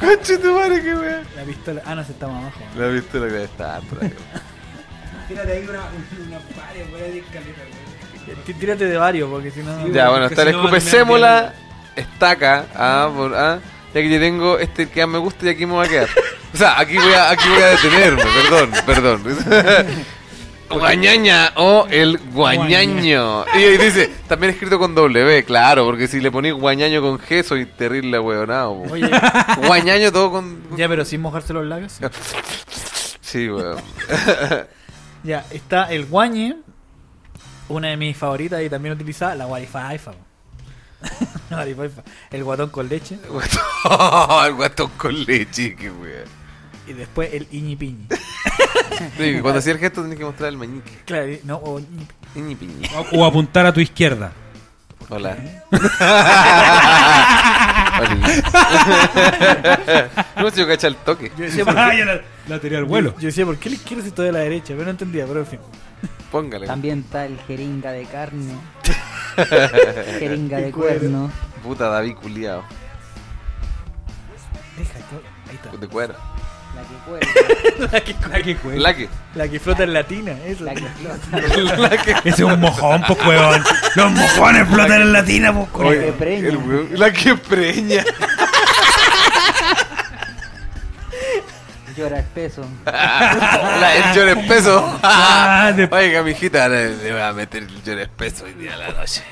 S3: Conche tu madre, qué wea.
S2: La pistola. Ah, no, se está más abajo.
S3: La viste la que está por ahí.
S1: Tírate ahí una, una pared, weón, de escaleta,
S2: Eh, Tí- Tírate de varios, porque si no.
S1: Sí,
S3: Ya, bueno,
S1: porque
S3: está
S1: si
S3: el
S1: no
S3: escupe
S1: van a terminar
S3: sémula, estaca, ah, por, ah, ya que yo tengo este que más me gusta y aquí me voy a quedar. O sea, aquí voy a, aquí voy a detenerme, perdón, perdón. Guañaña o el guañaño. Y ahí dice, también escrito con W, claro, porque si le ponís guañaño con G soy terrible weonado. po.
S2: Oye,
S3: Guañaño todo con...
S2: ya, pero sin mojarse los labios.
S3: Sí, weón.
S2: Ya, está el guañe. Una de mis favoritas y también utilizada, la guarifaifa. weón. La guarifaifa. El guatón con leche.
S3: el guatón con leche, qué weón.
S2: Y después el iñipiñi.
S3: Sí, cuando hacía el gesto tenés que mostrar el mañique.
S2: Claro, y- no, o ñi-
S3: Ñi, piñi.
S1: O, o apuntar a tu izquierda.
S3: Hola. no sé, yo caché el toque.
S2: yo decía, ¿por qué?
S1: Ah, ya la, la tiré al vuelo.
S2: Yo decía, ¿por qué la izquierda si todo de la derecha? Pero no entendía, pero en fin.
S3: Póngale.
S4: También está el jeringa de carne. jeringa de cuerno.
S3: Puta David culiao.
S2: Deja, que- ahí está.
S3: De cuero.
S4: La que cuerno.
S2: La que,
S1: Ah, qué cueva.
S3: Laque.
S2: la que flota en latina, eso.
S4: La que flota.
S3: Laque.
S1: Ese es un mojón, pues, weón. Los mojones flotan en latina, pues,
S4: La que
S1: weón.
S4: preña.
S3: El weón- La que preña.
S4: Llora espeso.
S3: La, el llor espeso.
S1: Ah, de-
S3: Oiga, mijita, le, le voy a meter el llor espeso hoy día a la noche.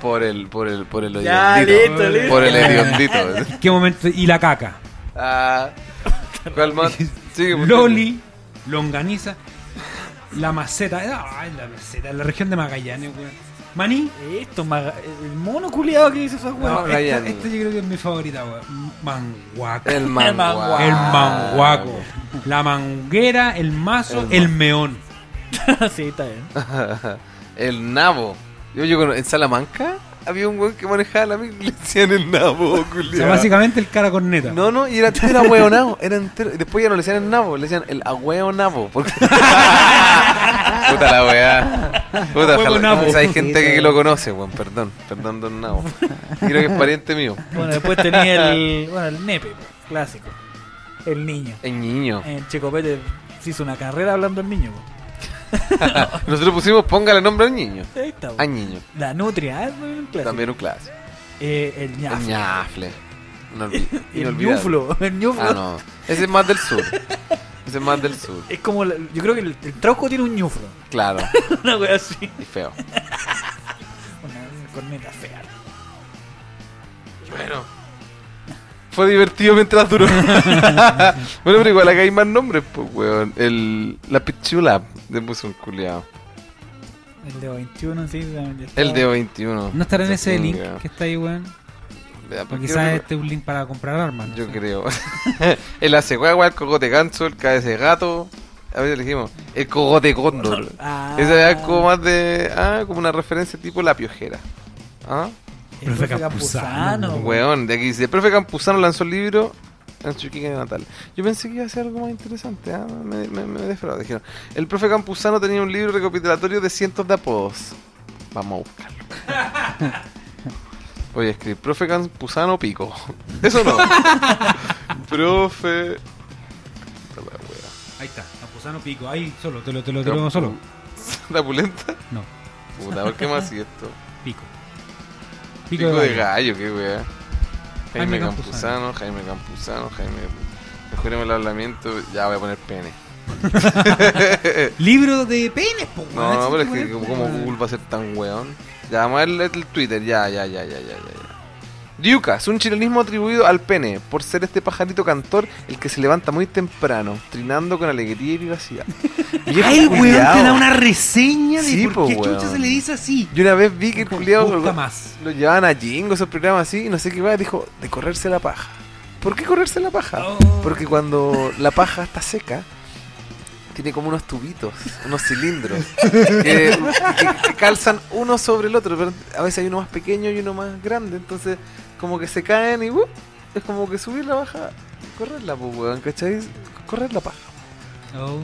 S3: Por el, por el, por el
S2: Ya,
S3: hediondito.
S2: listo, listo.
S3: Por el hediondito.
S1: ¿Qué momento? Y la caca.
S3: Ah, ¿Cuál más? Sigue, por
S1: Loli, longaniza, la maceta. Ah, la maceta, la región de Magallanes, weón. Maní.
S2: Esto, maga- el mono culiado que dice esa
S3: No,
S2: weá.
S1: Esta,
S3: Magallanes.
S1: esta yo creo que es mi favorita, weón. Manguaco.
S3: El manguaco.
S2: manguaco.
S1: El manguaco. La manguera, el mazo,
S3: El
S1: el meón.
S2: sí, está bien.
S3: El nabo. Yo, yo cono- en Salamanca había un weón que manejaba la micro y le decían el nabo,
S1: O sea,
S3: culiao.
S1: básicamente el cara corneta.
S3: No, no, y era, era hueonado, era entero. Y después ya no le decían el nabo, le decían el ahueonabo. Porque... Puta la weá. Puta,
S1: Ahueonabo.
S3: ojalá. O sea, hay gente que lo conoce, weón, perdón, perdón, don nabo. Creo que es pariente mío.
S2: Bueno, después tenía el, bueno, el nepe, po, clásico. El niño.
S3: El niño.
S2: El Checopete se hizo una carrera hablando del niño. po.
S3: Nosotros pusimos póngale nombre al niño.
S2: Ahí está, po.
S3: Al niño.
S2: La nutria, ah, es un clásico.
S3: También un clásico.
S2: Eh, el
S3: El
S2: ñafle.
S3: ñafle. Inolvi-
S2: El
S3: inolvidable.
S2: ñuflo. El ñuflo.
S3: Ah, no. Ese es más del sur. Ese es más del sur.
S2: Es como. la- yo creo que el, el trauco tiene un ñufro.
S3: Claro.
S2: Una wea así.
S3: Y feo.
S2: Una corneta fea.
S3: Bueno. Fue divertido mientras duró. bueno, pero igual acá hay más nombres, pues, weón. El, la pichula de Buzón Culeado.
S2: El de 21, sí. también está-
S3: El de 21.
S1: No estará en ese
S3: Entonces,
S1: link
S3: ya.
S1: que está ahí, weón.
S3: Ya,
S1: O
S3: pues,
S1: quizás
S3: creo-
S1: este es un link para comprar armas. no
S3: Yo
S1: sé.
S3: creo. el hace guagua, el cogote ganso, el cabeza de gato. A veces le dijimos, el cogote cóndor.
S2: Ah.
S3: Esa era como más de. Ah, como una referencia tipo la piojera. Ah,
S2: El
S1: Profe
S2: profe
S1: Campuzano,
S2: Campuzano,
S3: weón. De aquí dice: el profe Campuzano lanzó el libro en su chiquilla natal. Yo pensé que iba a ser algo más interesante. Ah, me, me, me defraudé. Dijeron: el profe Campuzano tenía un libro recopilatorio de cientos de apodos. Vamos a buscarlo. Voy a escribir: profe Campuzano pico. Eso no. profe. Puta la wea.
S1: Ahí está, Campuzano Pico, ahí solo, te lo, te lo, te lo solo.
S3: ¿La pulenta?
S1: No,
S3: Puta, ¿por qué más hacía esto?
S1: Pico.
S3: Pico de gallo, qué weá. Jaime,
S1: Jaime
S3: Campuzano, Jaime Campuzano, Jaime. Mejoremos el hablamiento, ya voy a poner pene.
S1: Libro de penes, po,
S3: No,
S1: weón,
S3: no,
S1: ese
S3: pero es
S1: tipo
S3: que
S1: de-
S3: como Google va a ser tan weón. Ya, vamos a ver el, el Twitter, ya, ya, ya, ya, ya, ya. ya. Diucas, un chilenismo atribuido al pene, por ser este pajarito cantor el que se levanta muy temprano, trinando con alegría y vivacidad. Viejo
S1: Ay, weón,
S3: culiao.
S1: te da una reseña de
S3: Sí,
S1: por
S3: po,
S1: qué
S3: weón.
S1: chucha se le dice así.
S3: Yo una vez vi que el culiado
S1: Gusta más.
S3: lo llevaban a Jingo, esos programas así, y no sé qué va, dijo, de correrse la paja. ¿Por qué correrse la paja?
S1: Oh.
S3: Porque cuando la paja está seca, tiene como unos tubitos, unos cilindros, que, que- que calzan uno sobre el otro, pero a veces hay uno más pequeño y uno más grande, entonces como que se caen y ¡wup! es como que subir la paja, correrla, pues, weón, ¿cachai? Correr la paja.
S1: Oh.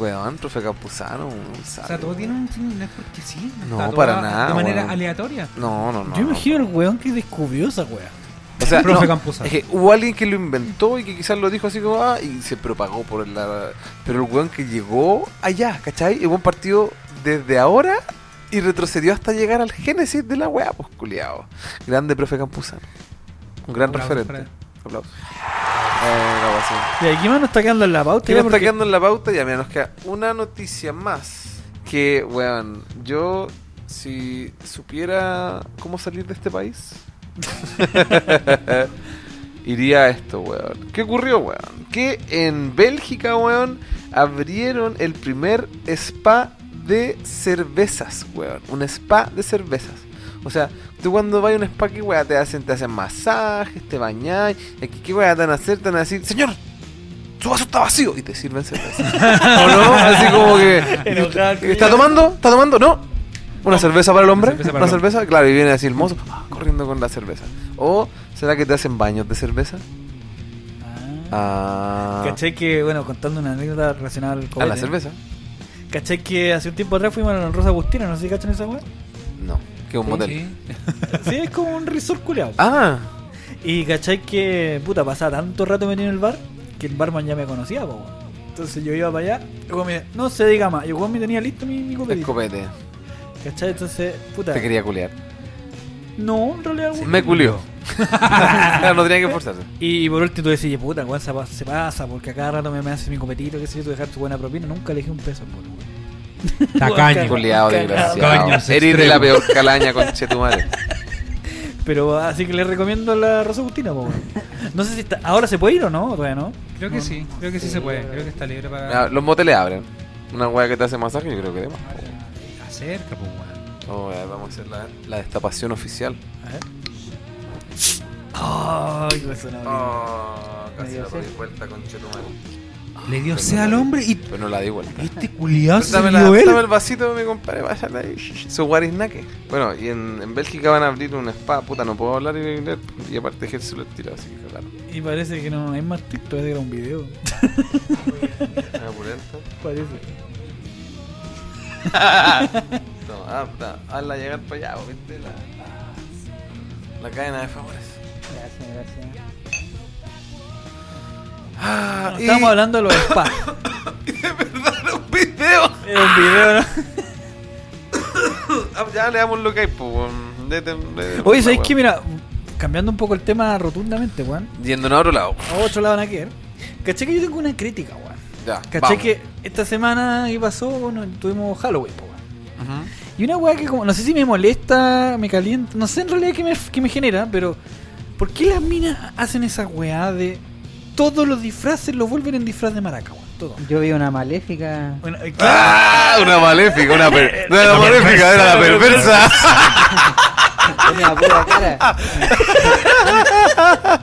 S3: Weón, profe Campuzano, un
S1: O sea,
S3: sabio,
S1: todo
S3: weón.
S1: tiene un signo, no es porque sí.
S3: No,
S1: está todo
S3: para
S1: a-
S3: nada,
S1: De manera
S3: weón.
S1: aleatoria.
S3: No, no, no.
S2: Yo
S3: no.
S2: imagino el weón que descubrió esa wea.
S3: O sea,
S1: Profe
S3: no,
S1: Campuzano.
S3: es que hubo alguien que lo inventó y que quizás lo dijo así como, ah, y se propagó por la... Pero el weón que llegó allá, ¿cachai? El buen partido desde ahora y retrocedió hasta llegar al génesis de la weá, pues culiao. Grande profe Campuzano. Un gran
S1: Aplausos
S3: referente. Aplausos. Eh, no, así.
S2: Y aquí más nos está quedando en la pauta.
S3: ¿Qué
S2: ya,
S3: nos está
S2: porque-
S3: quedando en la pauta? Ya, mira, nos queda una noticia más. Que, weón, yo si supiera cómo salir de este país, iría a esto, weón. ¿Qué ocurrió, weón? Que en Bélgica, weón, abrieron el primer spa de cervezas, weón. Un spa de cervezas. O sea, tú cuando vas a un spa, ¿qué weá te hacen? Te hacen masajes, te bañáis. y Aquí, ¿qué weá te van a hacer? Te van a decir, señor, su vaso está vacío y te sirven cerveza. ¿O no? Así como que. ¿Está tomando? ¿Está tomando? ¿No? ¿Una cerveza para el hombre?
S1: cerveza para
S3: ¿Una
S1: el hombre.
S3: cerveza? Claro, y viene así el mozo ah, corriendo con la cerveza. ¿O será que te hacen baños de cerveza?
S2: Ah.
S3: Ah,
S2: Caché que, bueno, contando una anécdota relacionada al COVID.
S3: ¿A la cerveza?
S2: Caché que hace un tiempo atrás fuimos a la Rosa Agustina, no sé si cachan esa wea.
S3: No, que un
S1: Sí,
S3: motel.
S1: sí.
S2: Sí, es como un resort culeado.
S3: Ah,
S2: Y caché que, puta, pasaba tanto rato metido en el bar que el barman ya me conocía, po, weón. Entonces yo iba para allá, y el weón me decía, no se diga más. Y el weón me tenía listo mi, mi
S3: el
S2: copetito.
S3: copete.
S2: ¿Cachai? Entonces, puta.
S3: Te quería culiar.
S2: No, en realidad, weón.
S3: Me culió. claro, no tenía que esforzarse.
S2: Y por último tú decís, puta, weón, se, pa- se pasa, porque a cada rato me, me haces mi copetito, qué sé yo, tú dejar tu buena propina. Nunca le dije un peso, por weón.
S1: Tacaño.
S3: Culiado, desgraciado.
S1: Coño, se
S3: Eres de
S1: extremo.
S3: la peor calaña, conchetumare.
S2: Pero así que le recomiendo la Rosa Agustina, po, weón. No sé si está, ahora se puede ir o no, todavía no.
S1: Creo que sí, creo que sí se puede. Creo que está libre para.
S3: Ah, Los moteles abren. Una weá que te hace masaje, yo creo que demás.
S1: Acerca, pues, weón.
S3: Oh, eh, vamos a hacer la, la destapación oficial.
S2: A ver. Ay, qué suena horrible.
S3: Oh,
S4: casi la doy
S3: vuelta, conchetumare.
S1: Le dio sea al hombre y
S3: Ah, Pero no la di vuelta.
S1: este culiado se
S3: Ah, Dame, la-
S1: dio él.
S3: dame el vasito, mi compadre, váyale ahí. Su guarisnaque. Bueno, y en, en Bélgica van a abrir un spa, puta, no puedo hablar y leer. Y aparte ejerce el tiro, así que claro.
S2: Y parece que no, hay más TikTok, era un video. Parece.
S3: no, ah, puta, hazla llegar para allá, viste la, la cadena de favores.
S4: Gracias, gracias.
S3: Ah, y,
S2: Estábamos hablando de los spas.
S3: y de verdad era un video.
S2: Era un video, ¿no?
S3: Ah, ya le damos lo que hay, pues. weón. De- de- de-
S2: Oye, ¿sabéis
S3: weón.
S2: qué? Mira, cambiando un poco el tema rotundamente, weón.
S3: Yendo a otro lado.
S2: A otro lado, nada que ver. Caché que yo tengo una crítica, weón.
S3: Ya.
S2: ¿Cachai
S3: vamos.
S2: que esta semana que pasó, bueno, tuvimos Halloween, po, weón.
S3: Ujú.
S2: Y una weá que como, no sé si me molesta, me calienta, no sé en realidad qué me, qué me genera, pero ¿por qué las minas hacen esa weá de todos los disfraces los vuelven en disfraz de maraca, weón? Todo.
S4: Yo vi una maléfica.
S2: Bueno, eh, claro,
S3: ¡Ah! Una maléfica, una per- No era la maléfica, era la perversa.
S4: Tenía pura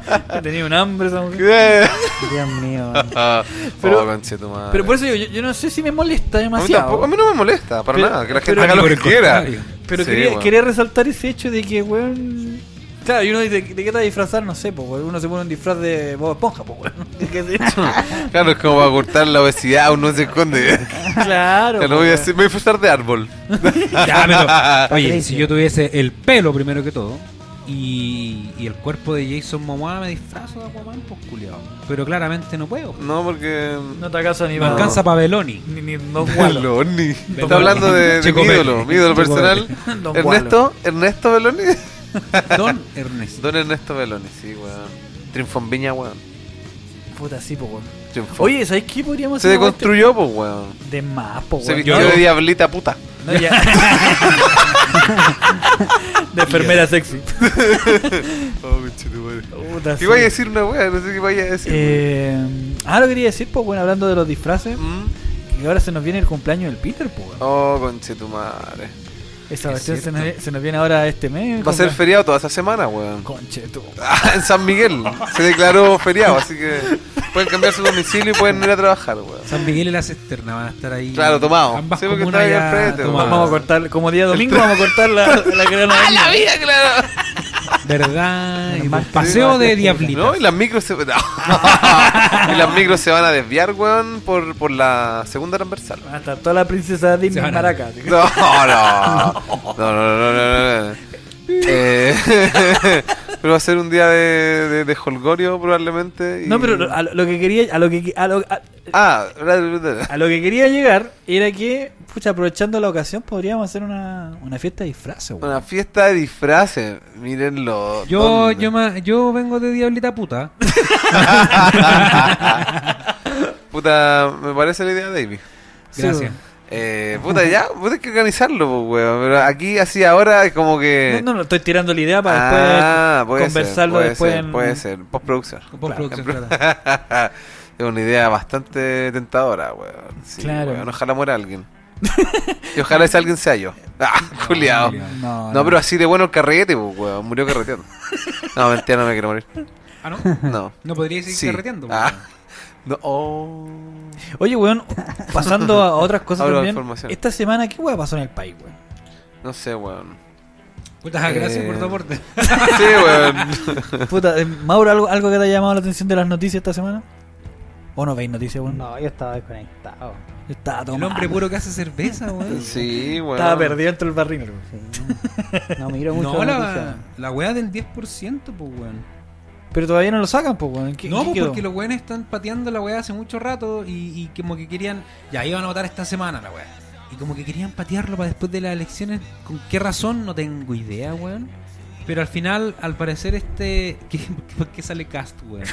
S4: cara.
S2: tenía un hambre esa mujer.
S4: Dios mío.
S3: pero,
S2: Pero-
S3: oh, conchetumadre.
S2: Pero por eso digo, yo, yo no sé si me molesta
S3: a mí,
S2: demasiado.
S3: tampoco, a mí no me molesta, para
S2: Pero-
S3: nada, que la gente
S2: pero-
S3: haga lo
S1: Por
S3: que
S1: el
S3: quiera.
S1: contrario.
S2: Pero
S3: Sí,
S2: quería,
S3: weón.
S2: quería resaltar ese hecho de que, weón. Claro, y uno dice, ¿de qué te vas a disfrazar? No sé, pues, uno se pone un disfraz de Bob Esponja, pues, weón. ¿Qué sé yo?
S3: Claro, es como para cortar la obesidad, uno se esconde.
S2: claro. pues,
S3: Ya no voy a decir, me voy a disfrazar de árbol.
S1: Ya, pero- oye,
S4: Patricio.
S1: si yo tuviese el pelo primero que todo y, y el cuerpo de Jason Momoa me disfrazo de Aquaman, pues culiao. Pero claramente no puedo.
S3: No, porque.
S2: No te acaso ni
S1: Me
S2: va-
S1: alcanza para Beloni.
S2: Ni, ni no gualo.
S3: Beloni.
S1: Beloni.
S3: Está hablando de, de
S1: Chico
S3: mi ídolo,
S1: Belli.
S3: mi ídolo
S1: Chico
S3: personal.
S2: Don
S3: Ernesto, Ernesto Beloni.
S1: Don Ernesto.
S3: Don Ernesto Beloni, sí, weón. Triunfó en Viña, weón.
S2: Puta, sí, pues, weón.
S3: Triunfó.
S2: Oye, ¿sabes qué podríamos
S3: se
S2: hacer? una cuestión?
S3: deconstruyó, pues, weón.
S2: De más, po, Oh,
S3: Se
S2: weón.
S3: vistió
S1: yo-
S3: de diablita puta.
S2: No, ya. de enfermera sexy.
S3: Oh, conchetumare.
S2: Puta, sí.
S3: ¿Qué vaya a decir una weá? No sé qué vaya a decir.
S2: Eh, ah, lo quería decir, pues, bueno, hablando de los disfraces,
S3: Mm.
S2: que ahora se nos viene el cumpleaños del Peter, pues. weón.
S3: Oh, conchetumare.
S2: Esa
S1: Es
S2: cuestión se
S1: cierto.
S2: nos, vi- se nos viene ahora este mes.
S3: Va a ser
S2: compa-
S3: feriado toda esa semana, weón.
S2: Conche, tú.
S3: Ah, en San Miguel. Se declaró feriado, así que pueden cambiar su domicilio y pueden ir a trabajar, weón.
S1: San Miguel y la Cisterna van a estar ahí.
S3: Claro, tomados.
S1: Ambas
S3: Sí, porque
S1: comunas
S3: está ahí al
S1: ya
S3: frente,
S1: tomadas.
S2: Vamos a cortar, como día domingo, vamos a cortar la, la grana.
S3: vida, claro!
S1: ¿Verdad? Y
S2: Normal.
S1: un paseo de
S3: No,
S1: diablitas.
S3: y las micros se... no. y las micros se van a desviar, weón, por, por la segunda transversal.
S2: Hasta toda la princesa
S1: Se
S2: Disney
S1: van a-
S2: Maraca.
S3: No, no. No, no, no, no, no, no. Eh, pero va a ser un día de, de, de holgorio probablemente. y-
S2: No, pero a lo, lo que quería, a lo que a lo, a-
S3: Ah, bla, bla, bla.
S2: a lo que quería llegar era que, pucha, aprovechando la ocasión, podríamos hacer una, una fiesta de disfraces, weón.
S3: una fiesta de disfraces. Mírenlo.
S1: Yo,
S3: ¿Dónde?
S1: yo, ma- yo vengo de diablita puta.
S3: Puta, me parece la idea, David.
S2: Sí,
S1: Gracias.
S2: weón.
S3: Eh, puta, ya, puta, hay que organizarlo, pues, weón. Pero aquí, así, ahora, es como que.
S2: No, no, no, estoy tirando la idea para
S3: Eh, Ah,
S2: después
S3: puede ser,
S2: conversarlo
S3: puede
S2: después.
S3: ser,
S2: en-
S3: Puede ser, postproducción.
S1: Postproducción, claro.
S3: es una idea bastante tentadora, weón. Sí,
S2: Claro.
S3: weón, Ojalá muera alguien. y ojalá ese alguien sea yo. Ah, culiao.
S1: culiao.
S2: No,
S3: No, pero así de bueno el carrete, pues, weón. Murió carreteando. No, mentira, no me quiero morir.
S1: Ah, ¿no?
S3: No.
S1: No podría seguir
S3: Sí.
S1: carreteando.
S3: Ah.
S1: weón.
S3: No, oh.
S2: Oye, weón, pasando a otras cosas
S3: Ahora la
S2: también.
S3: información.
S2: Esta semana, ¿qué weón pasó en el país, weón?
S3: No sé, weón.
S1: Puta, gracias
S3: Eh.
S1: por tu aporte.
S3: Sí, weón.
S2: Puta, eh, Mauro, ¿algo, ¿algo que te haya llamado la atención de las noticias esta semana? ¿O no veis noticias, weón?
S4: No, yo estaba desconectado.
S2: Estaba todo
S1: El
S2: mal,
S1: hombre puro que hace cerveza, weón.
S3: Sí, weón.
S2: Estaba perdido entre el barril, weón.
S4: Sí. No miro mucho.
S1: No,
S4: noticias.
S1: la, la weá del 10%, pues, weón.
S2: Pero todavía no lo sacan, pues, weón. ¿Qué-
S1: No,
S2: qué
S1: pues
S2: quedó?
S1: porque los weones están pateando la weá hace mucho rato y, y como que querían. Ya iban a votar esta semana la weá. Y como que querían patearlo para después de las elecciones. ¿Con qué razón? No tengo idea, weón. Pero al final, al parecer, este. ¿Qué, por qué sale Cast, weón?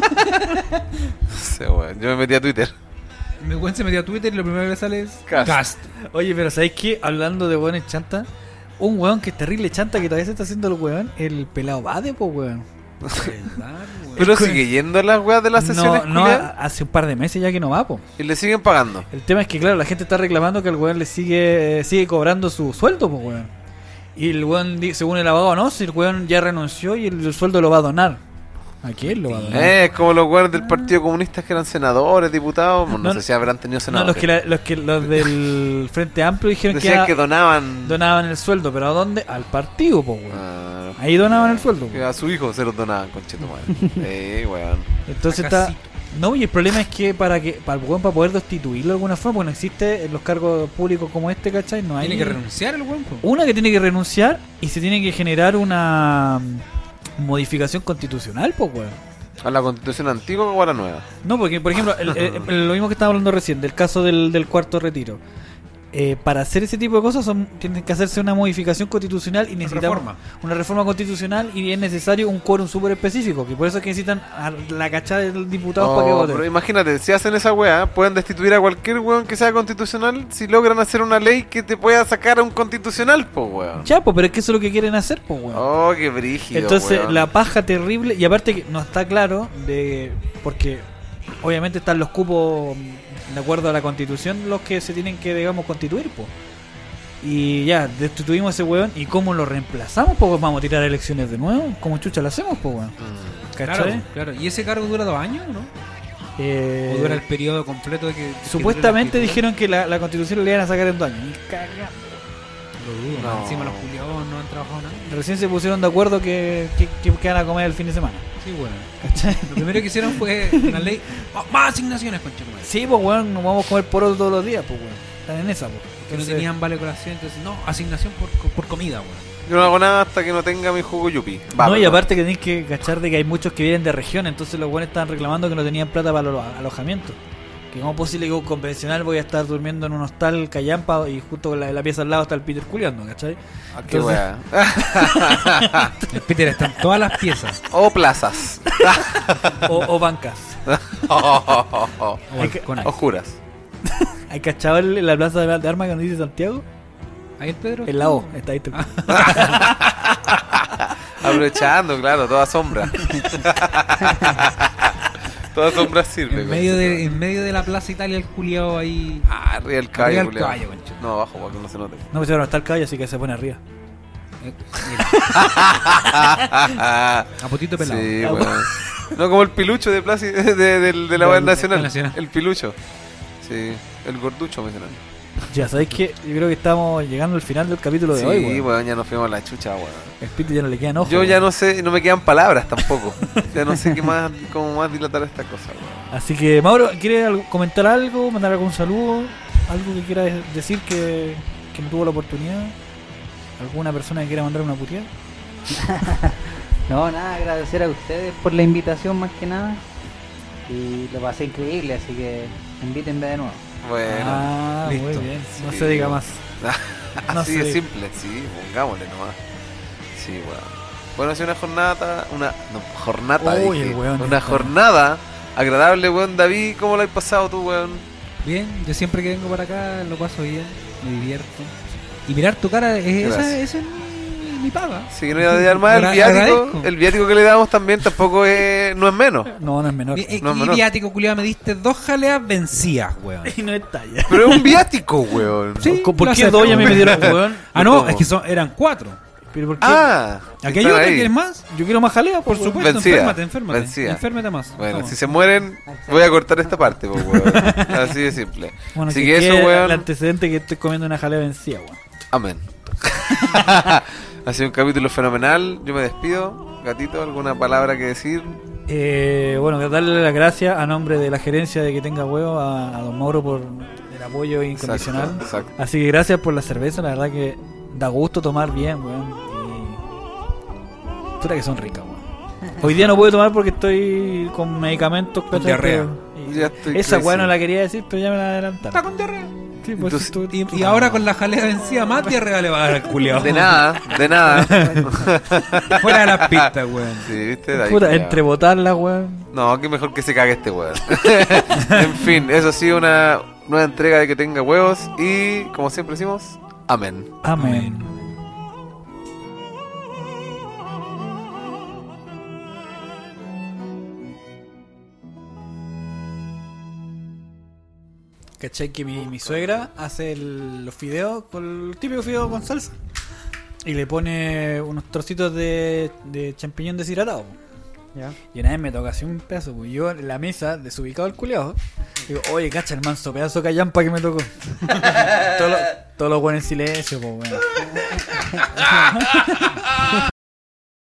S3: No sé, weón. Yo me metí a Twitter.
S1: Me weón se metió a Twitter y lo primero que sale es.
S3: Cast.
S2: Oye, pero ¿sabéis qué? Hablando de weones chanta, un weón que es terrible chanta que todavía se está haciendo el weón, el pelado Bade, pues, weón.
S1: ¿Verdad, weón?
S3: Pero
S2: Es que-
S3: sigue yendo las weas de las sesiones,
S2: No, no,
S3: culiao,
S2: a- hace un par de meses ya que no va, pues.
S3: Y le siguen pagando.
S2: El tema es que, claro, la gente está reclamando que el weón le sigue, sigue cobrando su sueldo, pues, weón. Y el weón, di- según el abogado, no, si el weón ya renunció y el, sueldo lo va a donar. ¿A quién lo va a donar?
S3: Eh, es como los weones del Partido Comunista que eran senadores, diputados. No,
S2: No,
S3: sé si habrán tenido
S2: no, los
S3: senadores.
S2: que, la- los que los del Frente Amplio dijeron que,
S3: Decían
S2: a-
S3: que donaban.
S2: donaban el sueldo, pero ¿a dónde? Al partido, pues, weón.
S3: Ah,
S2: Ahí donaban el sueldo.
S3: que a su hijo se los donaban, conchito, weón. Eh, weón.
S2: Entonces
S1: Acá
S2: está. No, y el problema es que para que para, el weón, para poder destituirlo de alguna forma, porque no existe en los cargos públicos como este, ¿cachai? No hay.
S1: Tiene que renunciar el weón, pues.
S2: Una que tiene que renunciar y se tiene que generar una mm, modificación constitucional, pues, weón.
S3: ¿A la constitución antigua o a la nueva?
S2: No, porque, por ejemplo, el- el- el- lo mismo que estaba hablando recién, del caso del, del cuarto retiro. eh, para hacer ese tipo de cosas son, tienen que hacerse una modificación constitucional y necesitamos
S1: reforma.
S2: una reforma constitucional y es necesario un quórum súper específico, que por eso es que necesitan a la cachada de los diputados para que
S3: Oh,
S2: voten.
S3: pero imagínate, si hacen esa weá, pueden destituir a cualquier weón que sea constitucional si logran hacer una ley que te pueda sacar a un constitucional, po weón.
S2: Ya, pues, pero es que eso es lo que quieren hacer, pues, weón.
S3: Oh, qué brígido.
S2: Entonces,
S3: weón.
S2: la paja terrible. Y aparte que no está claro de. Porque obviamente están los cupos mm, de acuerdo a la constitución los que se tienen que, digamos, constituir, po. Y ya, destituimos a ese weón. ¿Y cómo lo reemplazamos? Pues vamos a tirar elecciones de nuevo. ¿Cómo chucha lo hacemos, po, weón?
S3: Mm.
S2: ¿Cachai?
S1: Claro, claro. ¿Y ese cargo dura dos años, no?
S2: Eh,
S1: ¿O dura el periodo completo de que... que dura la
S2: Supuestamente
S1: escritura?
S2: dijeron que la, la constitución le iban a sacar en dos años. Y caga-
S1: Lo dudo,
S3: No.
S1: Encima los culiados no han trabajado nada.
S2: Recién se pusieron de acuerdo que, que, que- que van a comer el fin de semana.
S1: Sí, bueno.
S2: ¿Cachai?
S1: Lo primero que hicieron fue una ley... ¡Oh, ¡Más asignaciones, conchetumare!
S2: Sí, pues weón, nos vamos a comer poro todos los días, pues weón. Están en esa, pues.
S1: Que no
S2: Entonces,
S1: tenían vale colación, entonces... No, asignación por, co- por comida, weón.
S3: Yo no hago nada hasta que no tenga mi jugo yupi. Va,
S2: no, y
S3: perdón.
S2: aparte que tenés que cachar de que hay muchos que vienen de región, entonces los weones estaban reclamando que no tenían plata para los alojamientos. Que cómo es posible que un convencional voy a estar durmiendo en un hostal callampa y justo la, la pieza al lado está el Peter culiando, ¿cachai?
S3: Ah, qué
S2: entonces-
S3: weá.
S1: El Peter está en todas las piezas.
S3: O plazas.
S2: O, o bancas.
S3: Oh, oh, oh, oh.
S1: O balcones.
S3: O juras.
S2: ¿Hay cachado el- la plaza de, de armas que nos dice Santiago?
S1: Ahí el Pedro...
S2: El la O, está ahí.
S3: Aprovechando, claro, toda sombra. toda sombra sirve.
S1: En medio, de, en medio de la Plaza Italia, el culiado ahí...
S3: Ah, arriba del caballo,
S1: Arriba del
S3: culiao.
S1: caballo, concha.
S3: No, abajo, para que no se note.
S2: No, pues ahora está el caballo, así que se pone arriba.
S1: Eh, mira,
S3: Ah,
S1: a potito pelado.
S3: sí, weón. No como el pilucho de Plaza, de, de- de la web
S1: Del-
S3: nacional.
S1: del Nacional.
S3: El pilucho. Sí, el gorducho me dijeron.
S2: Ya, ¿sabéis que Yo creo que estamos llegando al final del capítulo de
S3: Sí,
S2: hoy,
S3: weón.
S2: weón.
S3: ya nos fuimos a la chucha, weón.
S2: El Peter ya no le quedan ojos.
S3: Yo
S2: weón.
S3: ya no sé, no me quedan palabras tampoco. ya no sé qué más, cómo más dilatar esta cosa, weón.
S2: Así que, Mauro, ¿quiere algo- comentar algo? ¿Mandar algún saludo? ¿Algo que quiera de- decir que, que no tuvo la oportunidad? ¿Alguna persona que quiera mandar una puteada?
S4: No, nada, agradecer a ustedes por la invitación más que nada. Y lo pasé increíble, así que invítenme de nuevo.
S3: Bueno.
S2: ah, muy
S1: listo.
S2: bien. No
S3: Sí.
S2: se diga más. Ah. No
S3: Así
S2: sé.
S3: de simple, sí, pongámosle nomás. Sí, weón. Bueno, ha sido una jornada, una no, jornada,
S2: Uy,
S3: dije.
S2: el weón
S3: una
S2: está-
S3: jornada agradable, weón. David, ¿cómo lo has pasado tú, weón?
S1: Bien, yo siempre que vengo para acá lo paso bien, me divierto. Y mirar tu cara, eh, esa,
S3: Gracias.
S1: esa es mi, mi paga.
S3: Si no iba a dar más el
S1: Agra-
S3: viático,
S1: agradezco.
S3: el viático que le damos también tampoco es, no es menos.
S2: No, no es menor.
S1: Y- y-
S3: no,
S1: y
S3: menor.
S1: viático, culiado, me diste dos jaleas vencidas, weón.
S2: Y no es talla.
S3: Pero es un viático, weón.
S1: Sí,
S2: ¿Por
S1: lo
S2: qué
S1: acepto.
S2: dos ya me metieron, weón?
S1: Ah, no,
S3: ¿Cómo?
S1: es que son, eran cuatro.
S2: ¿Pero por qué?
S3: Ah,
S1: ¿Aquí hay
S3: están
S1: otra?
S3: ahí.
S1: ¿Quieres más?
S2: Yo quiero más jalea,
S1: Por
S2: por supuesto.
S1: supuesto,
S3: Vencida.
S1: enférmate, enférmate.
S3: Vencida.
S1: Enférmate más.
S3: Bueno,
S1: Vamos.
S3: si se mueren, voy a cortar esta parte, po, weón. Así de simple.
S2: Bueno,
S3: Así
S2: que
S3: que eso,
S2: quede El
S3: weón.
S2: antecedente que estoy comiendo una jalea vencida, weón.
S3: Amén. ha sido un capítulo fenomenal. Yo me despido. Gatito, ¿alguna palabra que decir?
S2: Eh, bueno, darle las gracias a nombre de la gerencia de que tenga huevo a, a don Mauro por el apoyo incondicional.
S3: Exacto, exacto.
S2: Así que gracias por la cerveza, la verdad que da gusto tomar bien, weón. Y... Puta que son ricas, weón. Hoy día no puedo tomar porque estoy con medicamentos. ¿cachai?
S1: diarrea.
S2: Pero- y-
S3: Ya estoy
S2: Esa
S3: crazy.
S2: weón no la quería decir, pero ya me la
S1: Está
S2: adelantaron.
S1: con diarrea.
S2: Sí, pues,
S3: Entonces,
S2: tú-
S1: Y, y ahora con la jalea vencida, más diarrea le va a dar al culiado.
S3: De nada, de nada.
S1: Fuera de las pistas, weón.
S3: Sí, ¿viste? De ahí,
S2: puta,
S3: culiao.
S2: entre botarla, weón.
S3: No, que mejor que se cague este weón. en fin, eso ha sido una nueva entrega de que tenga huevos. Y como siempre decimos, amén.
S2: Amén.
S1: Amén.
S2: ¿Cachai? Que mi, mi suegra hace el- los fideos, con el típico fideo con salsa. Y le pone unos trocitos de, de champiñón deshidratado. po.
S4: ¿Ya?
S2: Y una vez me toca así un pedazo. po. Yo en la mesa, desubicado el culeado, digo, oye, cacha el manso pedazo de callampa que me tocó. Todos los todo lo buenos en silencio, pues, weón.